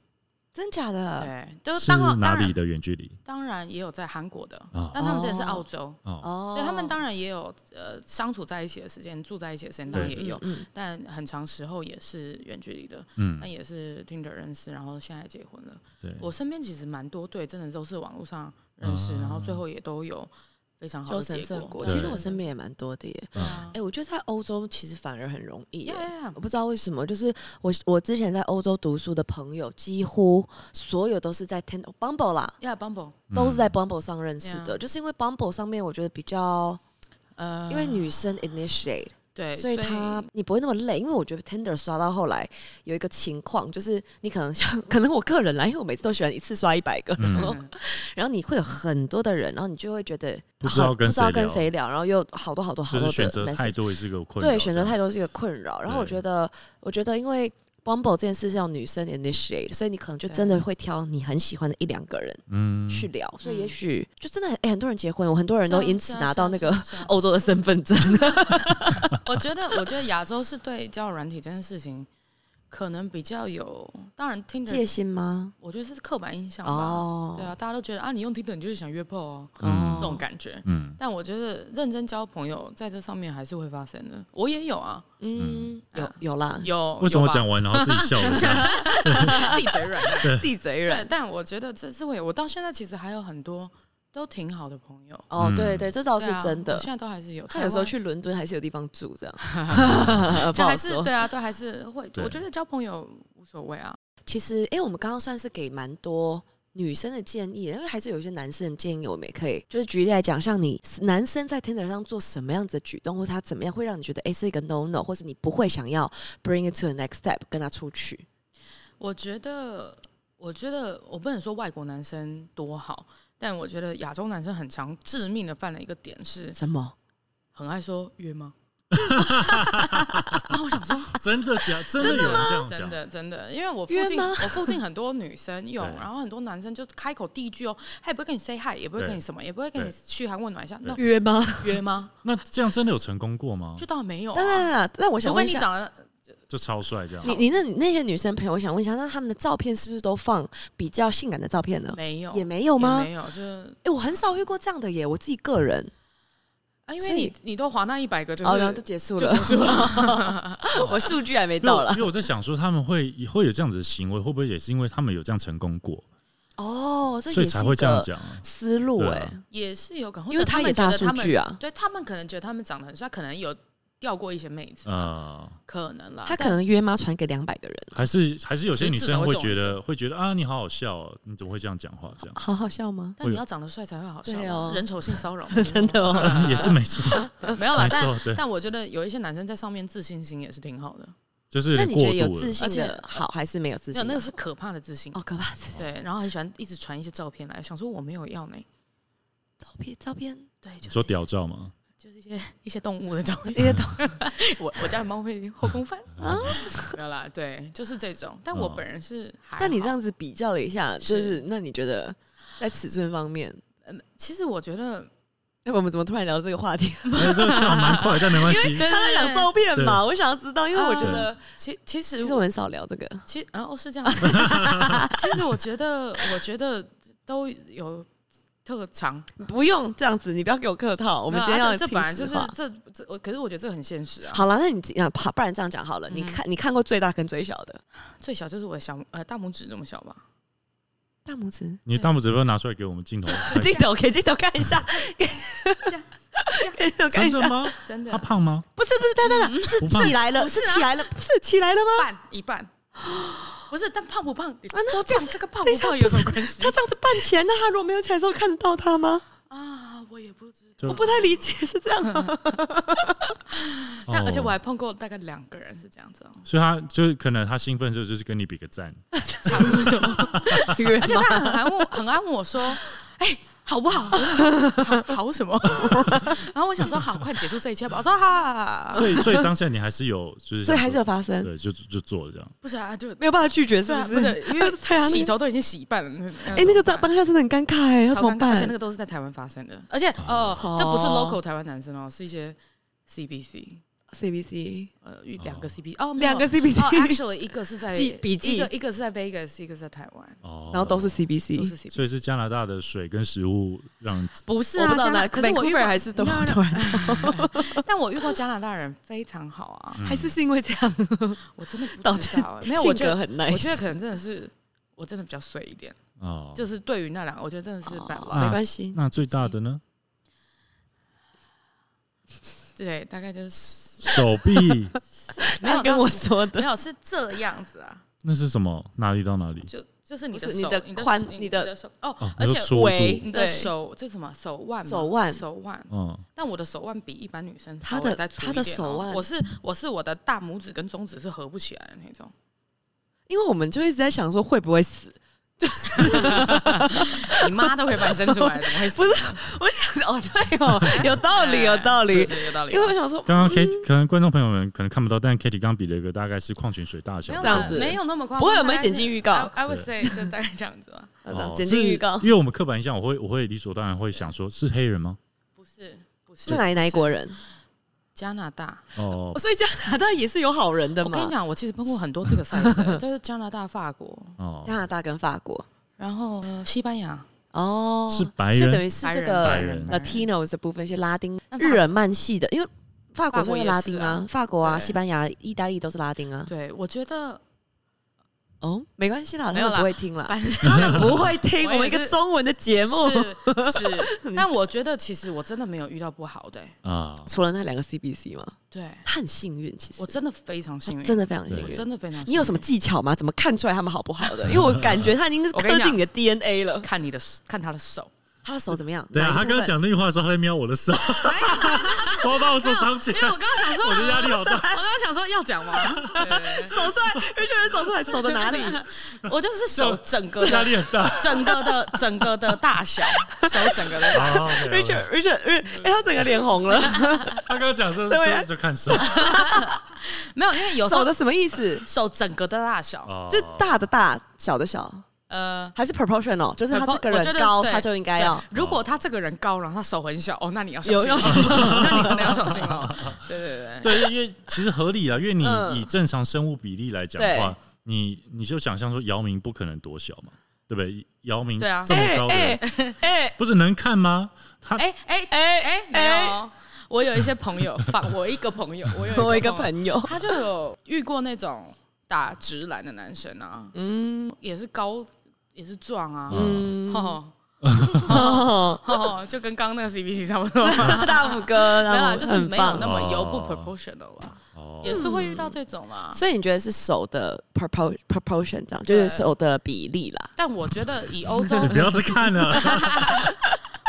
S1: 真假的？
S3: 对，就是
S2: 是
S3: 当然
S2: 哪
S3: 当
S2: 里
S3: 然
S2: 的远距离？
S3: 当然也有在韩国的
S2: 哦，
S3: 但他们之前是澳洲，
S2: 哦，
S1: 哦
S3: 所以他们当然也有呃相处在一起的时间，住在一起的时间当然也
S2: 对
S3: 有，
S1: 嗯
S3: 但很长时候也是远距离的，
S2: 嗯
S3: 那，也是听的认识，然后现在结婚了。
S2: 对，
S3: 哎我身边其实蛮多对，真的都是网络上认识，然后最后也都有非常好
S1: 修
S3: 的
S1: 成
S3: 结
S1: 正果。
S3: 果。
S1: 其实我身边也蛮多的耶。
S2: 嗯
S3: 啊
S1: 哎、，我觉得在欧洲其实反而很容易耶。
S3: 呀呀呀
S1: 我不知道为什么，就是我我之前在欧洲读书的朋友，几乎所有都是在 Tinder、Bumble 啦，
S3: 呀，Bumble，
S2: 嗯
S1: 都是在 Bumble 上认识的。
S3: Yeah
S1: 就是因为 Bumble 上面，我觉得比较
S3: 呃，
S1: 因为女生 initiate，、
S3: 对，
S1: 所以她你不会那么累。因为我觉得 Tinder 刷到后来有一个情况，就是你可能像 可能我个人啦，因为我每次都喜欢一次刷一百个，然后
S3: 嗯
S1: 然后你会有很多的人，然后你就会觉得
S2: 不知道
S1: 好
S2: 跟
S1: 不知道
S2: 谁
S1: 跟
S2: 聊
S1: 谁聊，然后又好多好多好
S2: 就
S1: 多
S2: 是
S1: 的
S2: 选择
S1: message
S2: 太多也是个困扰，
S1: 对，选择
S2: 这样
S1: 太多是一个困扰。然后我
S2: 对
S1: 觉得，我觉得因为 Bumble 这件事是要女生 initiate，所以你可能就真的会挑你很喜欢的一两个人
S2: 嗯，
S1: 去聊，所以
S3: 嗯
S1: 也许就真的很、哎，很多人结婚，我很多人都
S3: 是啊
S1: 因此
S3: 是啊
S1: 拿到那个
S3: 是啊是啊
S1: 欧洲的身份 证。
S3: 我觉得，我觉得亚洲是对交友软体这件事情可能比较有，当然听着，
S1: 戒心吗？
S3: 我觉得是刻板印象吧。
S1: 哦，
S3: 对啊，大家都觉得啊，你用听着你就是想约炮哦，
S2: 嗯
S3: 这种感觉。
S2: 嗯，
S3: 但我觉得认真交朋友，在这上面还是会发生的。我也有啊，
S1: 嗯，
S3: 嗯
S1: 有有啦，
S3: 有
S2: 为什么
S3: 有
S2: 我
S3: 吧
S2: 讲完然后自己笑了一下？
S3: 自己嘴软 的？
S1: 自 己贼
S3: 对
S1: 人，。
S3: 但我觉得这是会，我到现在其实还有很多都挺好的朋友，
S1: 哦，
S2: 嗯
S1: 对对，这倒
S3: 都
S1: 是真的。
S3: 现在都还是有。
S1: 他有时候
S3: 台湾
S1: 去伦敦还是有地方住 这样， 不
S3: 就
S1: 好
S3: 还是
S1: 说。
S3: 对啊，都还是会。
S2: 对
S3: 我觉得交朋友无所谓啊，
S1: 其实，因为我们刚刚算是给蛮多女生的建议，因为还是有一些男生的建议，我们也可以就是举例来讲，像你男生在 Tinder 上做什么样子的举动，或他怎么样会让你觉得哎是一个 no no，或者你不会想要 bring it to the next step 跟他出去。
S3: 我觉得，我觉得我不能说外国男生多好，但我觉得亚洲男生很常致命的犯了一个点是，
S1: 什么？
S3: 很爱说约吗？ 然后我想说，
S2: 真的假？真的有人这样
S3: 啊真
S2: 讲？
S3: 的真的，因为我附
S1: 约
S3: 近
S1: 吗
S3: 我附近很多女生有，
S2: 对
S3: 然后很多男生就开口第一句哦，他也不会跟你 say hi，也不会
S2: 对
S3: 跟你什么，也不会跟你
S2: 对
S3: 嘘寒问暖一下，那
S1: 约吗？
S3: 约吗？
S2: 那这样真的有成功过吗
S3: 就？当然没有、
S1: 当然
S3: 啊，
S1: 啦，那我
S3: 除
S1: 想
S3: 非
S1: 问一
S3: 你
S1: 下，
S3: 长得
S2: 就超帅这样
S1: 你你那那些女生朋友，我想问一下，那他们的照片是不是都放比较性感的照片呢？
S3: 没有，
S1: 哦也没有吗？
S3: 也没有，就是
S1: 哎、我很少遇过这样的耶，我自己个人，
S3: 啊，因为
S1: 所以
S3: 你你都划那一百个，就
S1: 哦，然后就是结束
S3: 就
S1: 了，
S3: 结 束了，
S1: 我数据还没
S2: 因为
S1: 到
S2: 我
S1: 啦
S2: 因。为我在想说，他们会会有这样子的行为，会不会也是因为他们有这样成功过，
S1: 哦，这
S2: 所
S1: 也
S2: 以
S1: 是
S2: 才
S1: 一
S2: 会这样
S1: 个
S2: 讲啊？
S1: 思路
S2: 对
S1: 哎、
S2: 啊
S3: 也是有可能，或
S1: 因为
S3: 者
S1: 他也
S3: 们觉
S1: 大
S3: 得
S1: 数
S3: 他们
S1: 据啊，
S3: 对他们可能觉得他们长得很帅，可能有钓过一些妹子，
S2: 呃，
S3: 可能啦。
S1: 他可
S3: 啊但
S1: 能约妈传给两百个人，
S2: 还是还是有些女
S3: 至少
S2: 生
S3: 会
S2: 会
S3: 中
S2: 觉得会觉得啊，你好好笑哦，你怎么会这样讲话？这样
S1: 好好笑吗？
S3: 但你要长得帅才会好笑
S1: 对
S3: 啊
S1: 哦，
S3: 人丑性骚扰 嗯
S1: 真的哦，
S2: 也是没错，
S3: 没有啦
S2: 没。
S3: 但
S2: 错，对，
S3: 但我觉得有一些男生在上面自信心也是挺好的，
S2: 就是有
S1: 那
S2: 点
S1: 你觉
S2: 过
S1: 得有
S2: 度
S1: 自
S2: 了。
S1: 信的
S3: 而且
S1: 好还是没有自信
S3: 没有
S1: 的
S3: 那
S1: 好？
S3: 个是可怕的自信。
S1: 哦，可怕自信。
S3: 对，然后很喜欢一直传一些照片来，想说我没有要呢。
S1: 照片照片，
S3: 对，就
S2: 你
S3: 是
S2: 说
S3: 一些
S2: 屌照 吗？
S3: 就是一些一些动物的照片，
S1: 一些动
S3: 我我家的猫会后空翻 啊，没有啦，对，就是这种。但我
S2: 嗯
S3: 本人是还好，
S1: 但你这样子比较了一下，就是是那你觉得在尺寸方面，
S3: 嗯其实我觉得
S1: 那我们怎么突然聊这个话题？
S2: 哎，这个跳得蛮快，但没关系。
S3: 对
S1: 他在讲照片嘛，我想要知道，因为我
S3: 嗯
S1: 觉得
S3: 其其实
S1: 其实我很少聊这个。
S3: 其实，然、后是这 样。其实我觉得，我觉得都有特长。
S1: 不用这样子，你不要给我客套，我
S3: 我
S1: 们今天要听
S3: 这这本啊来就
S1: 实
S3: 是
S1: 话。
S3: 这这，我可是我觉得这很现实啊。
S1: 好了，那你啊，好不然这样讲好了，你
S3: 嗯
S1: 看你看过最大跟最小的
S3: 最小就是我的小呃大拇指这么小吧，
S1: 大拇指。
S2: 你的大拇指要不要拿出来给我们 镜头看一下？
S1: 镜头给镜头看一 下，给
S3: 样
S1: 给镜头看
S2: 哎真
S1: 一下
S2: 的，吗？
S3: 真的
S2: 他胖吗？
S1: 不是不是，等等等，
S2: 不胖
S1: 是起来了，
S3: 不
S1: 是
S3: 是啊
S1: 起来了，不是起来了吗？
S3: 半一半，不是，但胖不胖，你
S1: 啊那
S3: 都
S1: 这
S3: 这
S1: 样
S3: 样，这个胖
S1: 等一
S3: 不
S1: 下
S3: 胖有什么
S1: 不
S3: 关系
S1: 他这样子半前，那他如果没有起来的时候看得到他吗？
S3: 啊？我也不知
S2: 就
S3: 道
S1: 我。不太理解，是这样吗？
S3: 但而且我
S2: 哦
S3: 还碰过大概两个人是这样子哦，
S2: 所以他就是可能他兴奋的时候就是跟你比 个赞，
S3: 差不多。
S1: 而
S3: 而且他很爱问，很爱问我说：“哎、好不好？好好什么？”然后我想说：“好，快结束这一切吧。”我说：“哈，
S2: 所以所以当下你还是有就是
S1: 所
S2: 想说，
S1: 以还是有发生，
S2: 对，就就做这样。
S3: 不是啊，就
S1: 没有办法拒绝，是
S3: 对啊，
S1: 不
S3: 不
S1: 是？
S3: 是因 为
S1: 对啊，那
S3: 洗
S1: 个
S3: 头都已经洗一半了。
S1: 哎，那个
S3: 怎
S1: 当
S3: 么办
S1: 当下真的很尴尬哎，要怎
S3: 超
S1: 么
S3: 尴尬，而且
S1: 办
S3: 那？个都是在台湾发生的，而且呃，这不是 local 台湾男生哦，是一些 CBC。
S1: CBC
S3: 呃，遇两个 CB 哦，没有
S1: 两个
S3: 哦
S1: CBC，
S3: ，actually 一个是在
S1: 记笔记
S3: 一个一个是在 Vegas，一个是在台湾，
S2: 哦，
S1: 然后都是
S3: 都
S1: CBC，
S3: 是 CB，
S2: 所以是加拿大的水跟食物让你
S3: 不是
S1: 我
S3: 啊，
S1: 不知道
S3: 加拿
S1: 哪，
S3: 可是我
S1: Vancouver
S3: 遇嗯过
S1: 还是多
S3: 没有
S1: 突然
S3: 但我遇过加拿大人非常好啊，
S1: 还是是因为这样，
S3: 我真的
S1: 导
S3: 不
S1: 致
S3: 知道、欸，没有，
S1: 性
S3: 我觉
S1: 格
S3: 得，
S1: 很
S3: 我觉
S1: nice，
S3: 得可能真的是，我真的比较碎一点，
S2: 哦，
S3: 就是对于那两个，我觉得真的是 bad
S1: 哦
S3: luck，
S1: 没关系，
S2: 那最大的呢？
S3: 对，大 概就是
S2: 手臂
S3: 没有
S1: 他跟我
S3: 到十
S1: 说
S3: 没
S1: 的，
S3: 有是这样子啊，
S2: 那是什么？哪里到哪里？
S3: 就就是你的
S1: 不是你
S3: 手，
S1: 的
S3: 你
S1: 宽
S3: 你
S1: 你的
S3: 的手哦，
S2: 哦，
S3: 而
S2: 你
S3: 且
S2: 说粗度
S1: 围
S3: 你的
S1: 对
S3: 手这什么手腕吗，
S1: 手腕
S3: 手腕，
S2: 嗯，
S3: 但我的手腕比一般女生
S1: 她
S3: 稍微
S1: 的
S3: 再粗
S1: 她
S3: 一
S1: 的
S3: 点哦
S1: 手腕
S3: 我是我是我的大拇指跟中指是合不起来的那种，
S1: 因为我们就一直在想说会不会死，
S3: 你妈都可以把你生出来，怎么会死啊
S1: 不是我想 哦，对 哦，有道理，有道理
S3: 是。是有道理。
S1: 因为我想说，
S2: 刚刚 K 可能观众朋友们可能看不到，但 Kitty 刚刚比了一个大概是矿泉水大小
S3: 没有
S2: 的，哦
S1: 这样子
S3: 没有那么夸张，
S1: 不会有没有
S3: 大概
S1: 剪进预告
S3: 是？I I would say 就大概这样子 吧。
S1: 好的
S2: 哦
S1: 剪进嗯预告
S2: 所以因为我们刻板印象，我会我会理所当然会想说是黑人吗？
S3: 不是，不是，
S1: 是哪哪一国人？
S3: 加拿大。
S2: 哦
S1: 所以加拿大也是有好人的
S3: 我跟
S1: 嘛
S3: 你？讲，我其实碰过很多这个赛事，但是加拿大、法国，
S1: 加
S2: 哦，
S1: 拿大跟法国
S3: 然后呃西班牙，
S1: 哦，
S2: 是白
S1: 所以等
S2: 人
S1: 于是
S3: 白
S1: 这
S3: 人
S2: 白
S1: 个
S2: 人
S1: Latinos 的部分，一些拉丁
S3: 那法
S1: 日耳曼系的，因为法国
S3: 法国
S1: 是
S3: 也
S1: 拉
S3: 是
S1: 丁
S3: 啊
S1: 啊，法国啊、
S3: 对
S1: 西班牙、意大利都是拉丁啊。
S3: 对，我觉得
S1: 哦，没关系啦，
S3: 没
S1: 他
S3: 有
S1: 们
S3: 啦
S1: 不会听啦，
S3: 反正
S1: 他们不会听
S3: 我
S1: 我
S3: 也
S1: 们一个
S3: 是
S1: 中文的啊节目，
S3: 是 是，但我觉得其实我真的没有遇到不好的、欸
S2: 啊，
S1: 除了那两个 CBC 嘛，
S3: 对
S1: 他很幸运，其实
S3: 我真的非常幸运，
S1: 啊真的非常幸
S3: 我
S1: 运。
S3: 真的非常幸运。
S1: 你有什么技巧吗？怎么看出来他们好不好的？因为我感觉他已经是
S3: 我跟你
S1: 刻
S3: 讲
S1: 进你的 DNA 了。
S3: 看你的看他的手，
S1: 他的手怎么样？
S2: 对啊，
S1: 哪
S2: 他
S1: 一部
S2: 刚刚
S1: 分
S2: 讲那句话的时候，他在瞄我的手，我要把 我手藏起
S3: 因为
S2: 来
S3: 我，刚刚想说，
S2: 我的压力好大。
S3: 我刚刚想说要讲吗？ 对对
S1: 手出来，瑞秋人手出来，手的哪里？
S3: 对我就是手整个
S2: 压
S3: 的、
S2: 力很大。
S3: 整个的、整个的大 小，手整个的大小。
S2: 好，OK，OK
S1: Richard Richard，Richard，哎、他整个脸红 了，
S2: 他刚刚讲说
S1: 这位啊
S2: 就就看手，
S3: 没有，因为有时
S1: 手
S3: 候
S1: 的什么意思？
S3: 手整个的大小，
S2: 哦
S1: 就大的大，小的小，
S3: 呃，
S1: 还是 proportional？就是他这个
S3: 我觉
S1: 人
S3: 得
S1: 高，
S3: 对
S1: 他就应该要哦
S3: 对。如果他这个人高，然后他手很小，哦，那你要小
S1: 有
S3: 心，
S1: 要小
S3: 那你真的要小心哦。 对对对，
S2: 对，因为其实合理啊，因为你
S1: 嗯
S2: 以正常生物比例来讲的话
S1: 对，
S2: 你你就想象说姚明不可能多小嘛，对不对？姚明
S3: 对啊
S2: 这么高的人，
S1: 哎
S2: 不是能看吗？他
S3: 哎哎
S1: 哎
S3: 哎，没有哦，我有一些朋友，仿我一个朋友，我有
S1: 我一
S3: 一
S1: 个
S3: 个友，
S1: 朋 友，
S3: 他就有遇过那种打直男的男生啊，
S1: 嗯
S3: 也是高，也是壮啊，
S2: 嗯
S1: 嗯，
S3: 吼
S1: 哦
S3: 吼吼，就跟刚刚那个 CBC 差不多 嘛，
S1: 大拇哥，
S3: 没有
S1: 然
S3: 啦，
S1: 后
S3: 啊就是
S1: 很
S3: 没有
S1: 棒啊
S3: 那。么油不
S2: 哦
S3: proportional 啊，
S2: 哦
S3: 也是会遇到这种啊啦。
S1: 所以你觉得是手的 propor proportion 这样，就是
S3: 对
S1: 手的比例啦。
S3: 但我觉得以欧洲，
S2: 你不要再看了，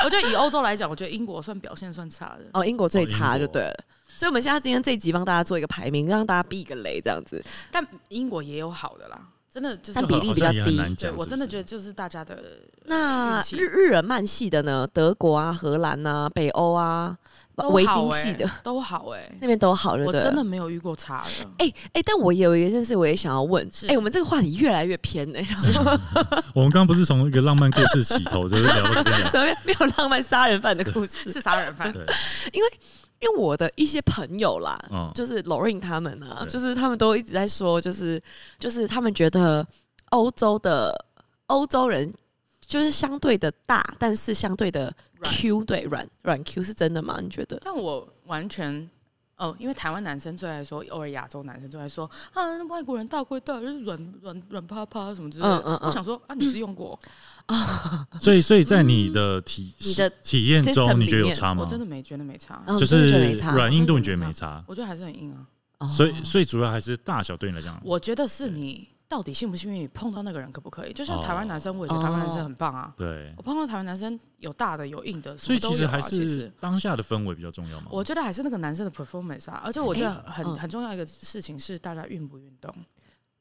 S3: 我觉得以欧洲来讲，我觉得英国算表现算差的。
S1: 哦，英国最差
S2: 哦英
S1: 就
S2: 国
S1: 对了。所以我们现在今天这一集帮大家做一个排名，让大家避个雷这样子。
S3: 但英国也有好的啦，真的就是
S1: 但比例比较
S2: 好像也很
S1: 低
S2: 难
S3: 对
S2: 讲。
S3: 我真的觉
S2: 得
S3: 得就是大家的
S1: 那
S3: 运气
S1: 日日耳曼系的呢？德国啊、荷兰啊、北欧啊、
S3: 都
S1: 维
S3: 好
S1: 京
S3: 欸
S1: 系的
S3: 都好哎、
S1: 那边都好，对不
S3: 我
S1: 对？
S3: 真的没有遇过差 的。
S1: 哎、哎、但我有一件事我也想要问，
S3: 是
S1: 哎、我们这个话题越来越偏哎、然后
S2: 我们刚刚不是从一个浪漫故事起头，就是聊到这
S3: 啊
S2: 边来。
S1: 怎么没有浪漫杀人犯的故事？
S3: 是杀人 犯，
S2: 对，
S1: 因为我的一些朋友啦，
S2: 嗯
S1: 就是 Lorin 他们啊，
S2: 对
S1: 就是他们都一直在说，就是就是他们觉得欧洲的欧洲人就是相对的大，但是相对的
S3: 软
S1: Q 对软软 Q 是真的吗？你觉得？
S3: 但我完全哦，因为台湾男生最爱说，偶尔亚洲男生最爱说啊，那外国人大归大，就是软软软趴趴什么之类的。
S1: 嗯嗯嗯
S3: 我想说啊，你是用过，
S2: 嗯所以所以在你的体
S1: 你的
S2: 体验
S1: system
S2: 中，
S1: 里
S2: 你觉得有
S1: 面
S2: 差吗
S3: 我？真的没觉得没差，
S1: 哦
S2: 就
S1: 真的
S2: 是
S1: 觉得没差嗯
S2: 软硬度你
S3: 我
S2: 觉得
S3: 真的觉得
S2: 没
S3: 没
S2: 差，
S3: 我觉得还是很硬啊。
S1: 哦
S2: 所以所以主要还是大小对你来讲，
S3: 我觉得是你到底幸不幸运，你碰到那个人可不可以？就像台湾男
S2: 哦
S3: 生，我也觉得台湾
S1: 哦
S3: 男生很棒啊。
S2: 对
S3: 我，碰到台湾男生有大的有硬的，什
S2: 所以
S3: 么都
S2: 其
S3: 有
S2: 实
S3: 啊
S2: 还
S3: 其
S2: 是
S3: 实
S2: 当下的氛围比较重要嘛。
S3: 我觉得还是那个男生的 performance 啊，而且我觉得很、
S1: 嗯
S3: 很重要一个事情是大家运不运动，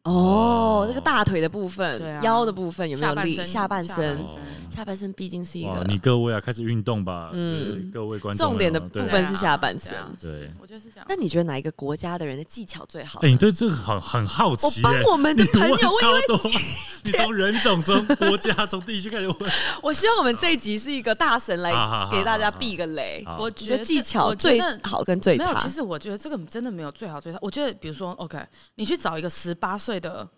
S1: 哦，那个大腿的部分、
S3: 对啊
S1: 腰的部分有没有力？
S3: 下
S1: 下半
S3: 半
S1: 身，
S2: 哦
S1: 下半身毕竟是一
S2: 哇
S1: 个，
S2: 你各位啊，开始运动吧，
S1: 嗯
S2: 嗯，各位观众
S1: 重
S2: 们
S1: 点的
S2: 哦
S1: 部
S2: 对
S1: 分是下半身
S3: 对。啊，
S2: 对
S3: 是我觉得是这样
S1: 那。你觉得哪一个国家的人的技巧最好呢？
S2: 哎，你对这个很很好
S1: 我
S2: 奇
S1: 帮
S2: 耶，
S1: 我们的
S2: 你
S1: 朋
S2: 问
S1: 友，我以为
S2: 超 多， 你从人种、从国家、从地区开始问，
S1: 我希望我们这一集是一个大神来
S2: 好好好
S1: 给大家避个雷。
S2: 啊好
S3: 我
S1: 你
S3: 觉
S1: 的
S3: 得
S1: 技巧
S3: 我觉
S1: 最
S3: 得
S1: 好跟最
S3: 没
S1: 差
S3: 有，，其实我觉得这个真的没有最好最差。我觉得比如说，OK，你去找一个十八岁的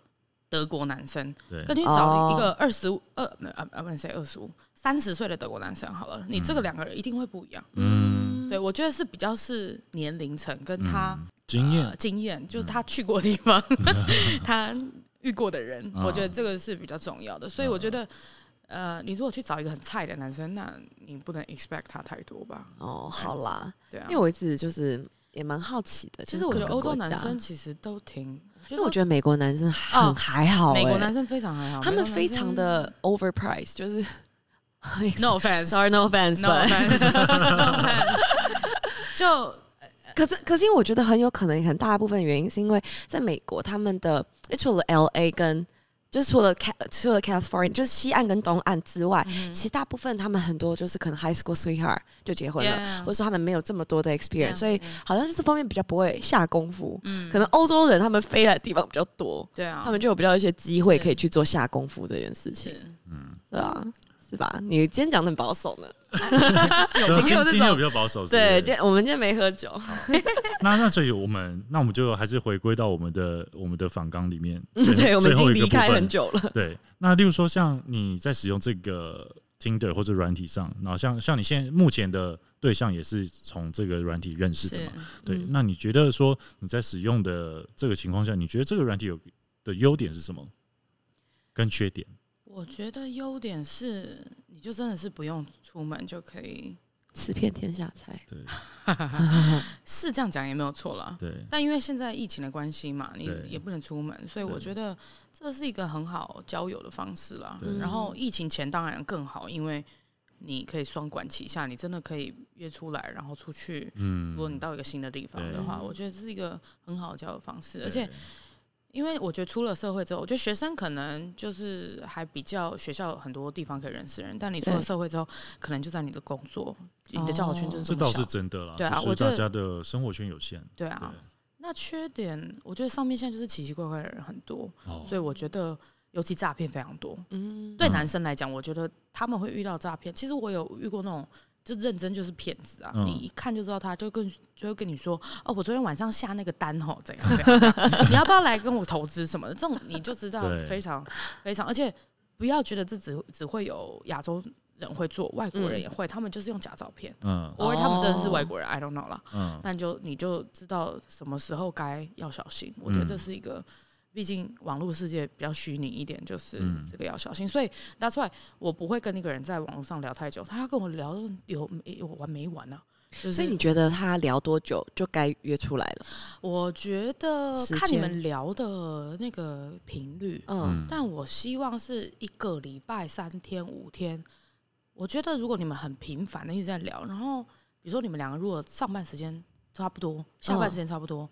S3: 德国男生，
S2: 对
S3: 跟你找一个二十五二啊啊不能谁二十五三十岁的德国男生好了，你这个两个人一定会不一样。
S2: 嗯，
S3: 对，我觉得是比较是年龄层跟他、
S2: 嗯经验嗯
S3: 呃、经验，就是他去过的地 方， 他遇过的人，
S2: 嗯
S3: 我觉得这个是比较重要的。所以我觉得，呃，你如果去找一个很菜的男生，那你不能 expect 他太多吧？
S1: 哦，好啦，
S3: 对啊
S1: 因为，我一直就是也蛮好奇的。
S3: 其实我觉得
S1: 就是各个
S3: 欧洲
S1: 国家
S3: 男生，其实都挺，
S1: 因
S3: 因
S1: 为我觉得美国男生很
S3: 哦
S1: 还好，
S3: 美国
S1: 哎
S3: 男生非常还好，
S1: 他
S3: 美
S1: 们
S3: 国男
S1: 非常
S3: 生
S1: 的 overpriced，就是。
S3: no offense，
S1: sorry no offense，
S3: no
S1: but
S3: offense，no offense，就
S1: 可是可是因为我觉得很有可能很大部分原因是因为在美国他们的，除了 L A 跟就是除了 Cal 除了 California 就是西岸跟东岸之
S3: 嗯
S1: 外，其实大部分他们很多就是可能 high school sweetheart 就结婚了
S3: Yeah
S1: 或者说他们没有这么多的 experience，、
S3: Yeah，
S1: 所以
S3: yeah
S1: 好像是这方面比较不会下功夫。可能欧洲人他们飞来的地方比较多，
S3: 嗯对啊，
S1: 他们就有比较一些机会
S3: 是
S1: 可以去做下功夫这件事情，
S3: 是
S1: 对啊，是吧？你今天讲的很保守呢，
S2: 今
S1: 呃没有这
S2: 今天
S1: 种
S2: 啊比较保守，是不是
S1: 对，今天我们今天没喝 酒，
S2: 那那所以我们那我们就还是回归到我们的我们的访纲里面，
S1: 对，我们
S2: 最
S1: 已
S2: 后
S1: 经
S2: 一个
S1: 离
S2: 部
S1: 开很
S2: 分。
S1: 久了。
S2: 对，那例如说像你在使用这个 Tinder 或者软体上，然后像像你现在目前的对象也是从这个软体认识的
S3: 是
S2: 嘛？对，
S1: 嗯
S2: 那你觉得说你在使用的这个情况下，你觉得这个软体有的优点是什么？跟缺点？
S3: 我觉得优点是，你就真的是不用出门就可以，
S1: 吃遍天下菜，
S2: 对
S3: 是这样讲也没有错啦。
S2: 对
S3: 但因为现在疫情的关系嘛，你
S2: 对
S3: 也不能出门，所以
S2: 对
S3: 我觉得这是一个很好交友的方式啦
S2: 对。
S3: 然后疫情前当然更好，因为你可以双管齐下，你真的可以约出来，然后出去。
S2: 嗯
S3: 如果你到一个新的地方的话，
S1: 对
S3: 我觉得这是一个很好的交友方式。
S2: 对
S3: 而且，因为我觉得出了社会之后，我觉得学生可能就是还比较学校有很多地方可以认识人，但你出了
S1: 对
S3: 社会之后，可能就在你的工作、你的交友圈就
S2: 哦
S3: 是
S2: 这
S3: 么
S2: 倒
S3: 小
S2: 是真的啦，
S3: 对啊
S2: 就是
S3: 我觉得
S2: 大家的生活圈有限，对
S3: 对啊。那缺点，我觉得上面现在就是奇奇怪怪的人很多，
S2: 哦
S3: 所以我觉得，尤其诈骗非常多。
S1: 嗯，
S3: 对男生来讲，我觉得他们会遇到诈骗。其实我有遇过那种，就认真就是骗子啊，
S2: 嗯
S3: 你一看就知道他，就跟就会跟你说，哦，我昨天晚上下那个单吼，怎 样怎样怎样，你要不要来跟我投资什么的？这种你就知道
S2: 对
S3: 非常非常，而且不要觉得这只只会有亚洲人会做，外国人
S1: 嗯
S3: 也会，他们就是用假照片。
S2: 嗯
S3: 偶尔他们真的是
S1: 哦
S3: 外国人、i don't know 啦。
S2: 嗯，
S3: 但就你就知道什么时候该要小心。我觉得
S2: 嗯
S3: 这是一个，毕竟网络世界比较虚拟一点，就是
S2: 嗯
S3: 这个要小心。所以 that's why 我不会跟那个人在网络上聊太久，他要跟我聊有有完没完啊呢、就是、
S1: 所以你觉得他聊多久就该约出来了？
S3: 我觉得
S1: 时
S3: 看你们
S1: 间
S3: 聊的那个频率，
S1: 嗯，
S3: 但我希望是一个礼拜三天五天。我觉得如果你们很频繁的一直在聊，然后比如说你们两个如果上班时间差不多，下班时间差不多，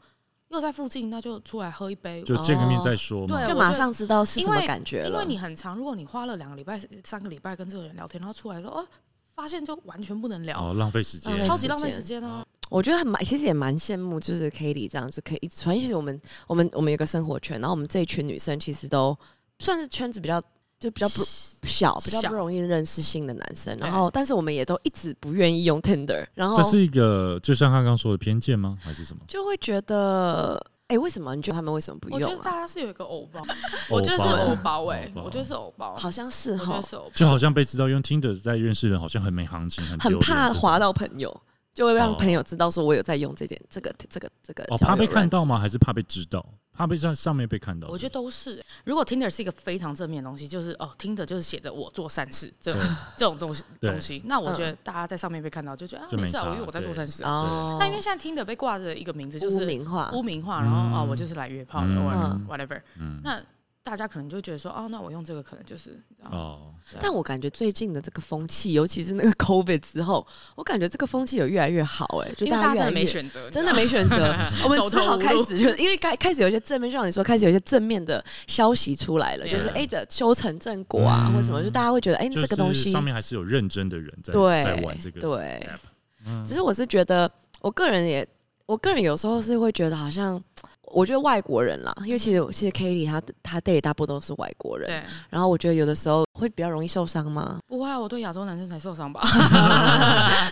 S3: 又在附近，那就出来喝一杯。
S2: 就见个面再说嘛。
S3: 对
S1: 就
S3: 我
S1: 马
S3: 就
S1: 上知道是什
S3: 因
S1: 么
S3: 为
S1: 感觉了。
S3: 因为你很长，如果你花了两个礼拜、三个礼拜跟这个人聊天，然后出来说哦，发现就完全不能聊，
S2: 哦，浪费时间
S1: 嗯，
S3: 超级浪费
S1: 时
S3: 时间啊！
S1: 我觉得很蛮，其实也蛮羡慕，就是 k a t i e 这样子可以一直穿。其实我们我们我们有个生活圈，然后我们这一群女生其实都算是圈子比较就比较不小，比较
S3: 小
S1: 不容易认识新的男生。
S3: 对
S1: 然后，但是我们也都一直不愿意用 Tinder，然后
S2: 这是一个就像他刚刚说的偏见吗？还是什么？
S1: 就会觉得，哎、为什么你觉得他们为什么不
S3: 我觉得
S1: 用、
S3: 大
S1: 啊？
S3: 家是有一个偶包，我觉得是
S2: 偶包
S3: 偶包哎
S2: 啊偶，包
S3: 我觉得是偶包，
S1: 好像是
S3: 我觉
S1: 哈
S3: 得，是偶包。
S2: 就好像被知道用 Tinder 在认识人，好像很没行情，很
S1: 很
S2: 丢脸
S1: 怕
S2: 这种
S1: 划到朋友，就会让
S2: 哦
S1: 朋友知道说我有在用这件这个这个这个。
S2: 哦，怕被看到？吗？还是怕被知道？怕被在上面被看到？
S3: 我觉得都是。欸如果 Tinder 是一个非常正面的东西，就是哦，Tinder 就是写着我做善事这种
S2: 对
S3: 这种东西
S2: 对
S3: 东西，那我觉得大家在上面被看到就觉得啊
S2: 就没
S3: 没事啊，
S2: 差
S3: 我因为我在做善事啊。
S1: 嗯哦，
S3: 那因为现在 Tinder 被挂着一个名字就是
S1: 污名化，
S3: 污名化，然后啊、哦我就是来约炮的
S2: 嗯
S1: 嗯
S3: ，whatever，whatever，
S2: 嗯
S3: 那大家可能就觉得说哦，那我用这个可能就是你知道
S2: 哦，
S1: 但我感觉最近的这个风气，尤其是那个 COVID 之后，我感觉这个风气有越来越好、哎，就
S3: 因为
S1: 家
S3: 大家
S1: 越
S3: 真
S1: 来
S3: 的
S1: 越
S3: 没，选择，
S1: 真的没选择。 我们
S3: 走
S1: 只
S3: 投
S1: 好
S3: 无
S1: 开
S3: 路
S1: 始，就是因为开开始有一些正面，就像你说，开始有一些正面的消息出来了，
S3: 对
S1: 就是哎的修成正果啊，
S2: 嗯
S1: 或什么，就大家会觉得哎、
S2: 就
S1: 这
S2: 是
S1: 个东西
S2: 上面还是有认真的人在
S1: 对
S2: 在玩这个，
S1: 对
S2: app。嗯
S1: 只是我是觉得，我个人也，我个人有时候是会觉得好像。我觉得外国人啦，因为其实其实 k a t i e 她她 date 大部分都是外国人，
S3: 对，
S1: 然后我觉得有的时候会比较容易受伤吗？
S3: 不会啊，我对亚洲男生才 受伤吧？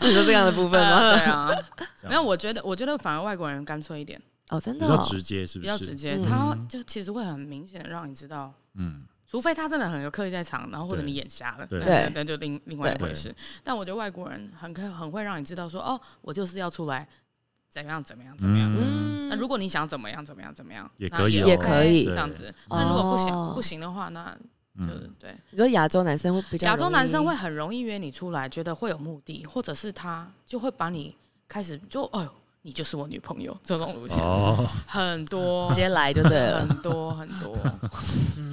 S1: 你说这样的部分吗？
S3: 对 啊，
S2: 这样
S3: 没有，我觉得我觉得反而外国人干脆一点，
S1: 哦，真
S2: 比
S1: 的、
S2: 较
S1: 哦，
S2: 直接，是
S3: 比
S2: 不
S3: 较
S2: 是？
S3: 直接，
S1: 嗯
S3: 他就其实会很明显的让你知道。
S2: 嗯，
S3: 除非他真的很有刻意在藏，然后或者
S2: 对
S3: 你眼瞎了，
S2: 对
S3: 那那就另另外一
S2: 对
S3: 回事。但我觉得外国人很可很会让你知道说，哦，我就是要出来怎么样怎么样怎么样。
S2: 嗯，
S3: 那如果你想怎么样怎么样怎么样，
S2: 也
S3: 那
S2: 可以哦
S1: 也可以
S3: OK，这样子。
S1: 对
S3: 那如果不
S1: 哦
S3: 行不行的话，那就
S2: 嗯
S3: 对。
S1: 你说亚洲男生会比较
S3: 亚洲男
S1: 容
S3: 生
S1: 易
S3: 会很容易约你出来，觉得会有目的，或者是他就会把你开始就哎呦。你就是我女朋友这种路线，
S2: 哦，
S3: 很多
S1: 直接来就对了，
S3: 很多很多，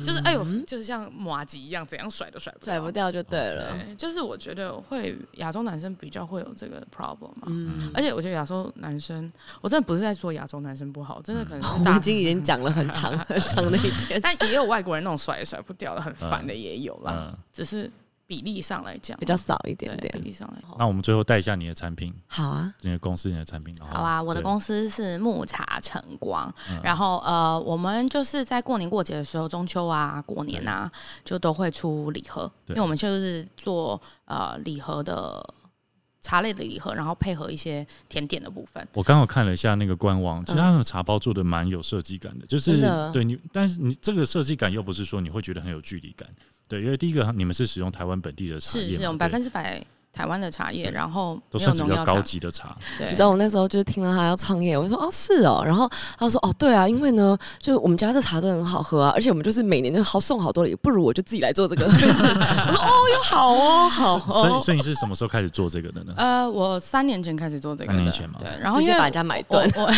S3: 就是哎呦，就是像马吉一样，怎样甩都甩不
S1: 嗯甩不
S3: 掉。
S1: 掉就对了。
S3: 哦对，就是我觉得会亚洲男生比较会有这个 problem 嘛、
S1: 嗯，
S3: 而且我觉得亚洲男生，我真的不是在说亚洲男生不好，真的可能
S1: 嗯 我
S3: 是
S1: 们
S3: 大
S1: 已经已经讲了很长很长的一篇，
S3: 但也有外国人那种甩也甩不掉的，很烦的也有啦，
S2: 嗯，
S3: 只是比例上来讲
S1: 比较少一点
S3: 对比
S1: 点。
S3: 例上来。
S2: 那我们最后带一下你的产品，
S1: 好啊，
S2: 你的公司、你的产品。然后
S3: 好啊，我的
S2: 哦对
S3: 公司是木茶晨光，
S2: 嗯
S3: 然后呃，我们就是在过年过节的时候，中秋啊、过年啊，就都会出礼盒，
S2: 对
S3: 因为我们就是做呃礼盒的茶类的礼盒，然后配合一些甜点的部分。
S2: 我刚好看了一下那个官
S3: 嗯
S2: 网，其实他们的茶包做的蛮有设计感的，就是
S1: 真的
S2: 对你，但是你这个设计感又不是说你会觉得很有距离感，对，因为第一个你们是使用台湾本地的茶叶
S3: 是
S2: 嘛，
S3: 是，我
S2: 对
S3: 们百分之百台湾的茶叶，然后
S2: 都
S3: 没
S2: 算
S3: 有
S2: 是
S3: 农
S2: 比较
S3: 药
S2: 高
S3: 茶，
S2: 级的茶，
S3: 对
S1: 你知，道我那时候就是听到他要创业，我就说哦是哦，然后他说哦对啊，因为呢，就我们家这茶真的很好喝啊，而且我们就是每年就好送好多礼，不如我就自己来做这个。我 说哦哟好哦好
S2: 所以
S1: 哦，
S2: 所以你是什么时候开始做这个的呢？
S3: 呃，我三年前开始做这个的，
S2: 三年前嘛
S3: 对，然后
S1: 直
S3: 因
S1: 接
S3: 为
S1: 把人家买
S3: 我
S1: 断。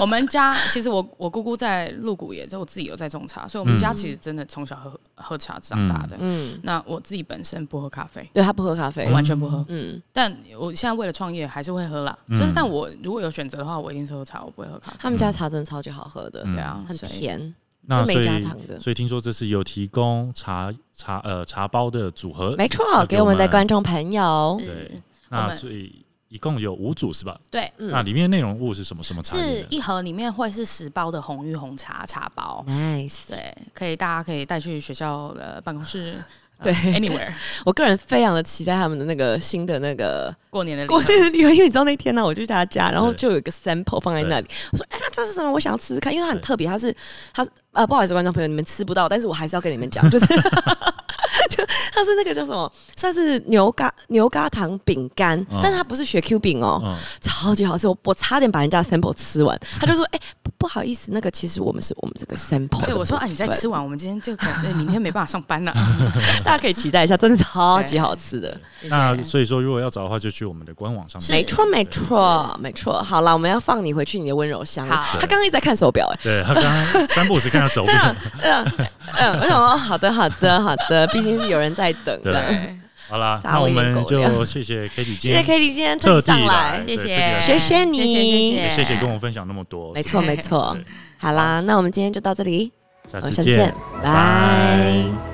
S3: 我我们家其实我我姑姑在鹿谷也，就我自己有在种茶，所以我们
S2: 嗯
S3: 家其实真的从小喝喝茶长大的。
S1: 嗯，
S3: 那我自己本身不喝咖啡，
S1: 对他不喝咖
S2: 哎
S1: 啡，
S3: 完全不喝。
S1: 嗯，
S3: 但我现在为了创业还是会喝啦，
S2: 嗯
S3: 就是但我如果有选择的话，我一定是喝茶，我不会喝咖啡。
S1: 他们家茶真的超级好喝的，
S2: 嗯
S3: 对啊，
S1: 很
S3: 所以
S1: 甜，
S2: 那
S1: 就
S2: 所
S1: 没加
S2: 以
S1: 糖的。
S2: 所以听说这次有提供茶茶呃茶包的组合，
S1: 没错，
S2: 给
S1: 给我们
S2: 我
S1: 的
S2: 们
S1: 观众朋友，
S2: 对
S3: 是，我
S2: 那
S3: 们
S2: 所以一共有五组是吧？
S3: 对，
S1: 嗯
S2: 那里面内容物是什么什么茶叶
S3: 是
S2: 呢？
S3: 一盒里面会是十包的红玉红茶茶包，
S1: 嗯，nice。
S3: 对，可以大家可以带去学校的办公室，呃
S1: 对
S3: ，anywhere
S1: 我个人非常的期待他们的那个新的那个
S3: 过年的 礼
S1: 过
S3: 盒。
S1: 年的礼盒，因为你知道那天呢、我就去他家，然后
S2: 对
S1: 就有一个 sample 放在那里，我说啊，这是什么？我想要吃吃看，因为它很
S2: 对
S1: 特别，它是它啊，不好意思，观众朋友，你们吃不到，但是我还是要跟你们 讲，就是就它是那个叫什么，算是牛轧牛轧糖饼干，
S2: 嗯
S1: 但它不是雪 Q 饼哦，
S2: 嗯，
S1: 超级好吃，我我差点把人家的 sample 吃完，他就说，哎、不不好意思，那个其实我们是我们这个 sample，
S3: 对，我说
S1: 的部
S3: 啊， 你再
S1: 分
S3: 吃完，我们今天就可能哎对明天没办法上班了。
S2: 嗯
S1: 大家可以期待一下，真的超级好吃的。
S2: 那
S3: 谢谢
S2: 所以说如果要找的话，就去我们的官网上面。
S3: 是
S1: 没错，没错，没错。好了，我们要放你回去你的温柔乡了。
S3: 好
S1: 他刚刚一直在看手表、哎，
S2: 对他刚刚三步是看他手
S1: 真
S2: 表，
S1: 的，嗯嗯，我想说，好的，好的，好 的，毕竟是有人在等
S2: 对
S1: 的。
S3: 对，
S2: 好啦，
S1: 撒
S2: 那我
S1: 我一点
S2: 们
S1: 狗粮
S2: 就谢谢 Kitty 今
S1: 谢谢
S2: 天
S1: Kitty 今天特
S2: 特
S1: 地
S2: 地
S1: 上
S2: 来，
S1: 来，
S2: 对
S3: 谢谢，
S2: 特地
S1: 谢谢你
S3: 谢谢
S2: 来也
S3: 谢
S2: 谢谢跟我分享那么多，
S1: 没错，没错。好啦，那我们今天就到这里，
S2: 下
S1: 我
S2: 次
S1: 们下次见
S2: 见，，
S1: 拜。
S2: 拜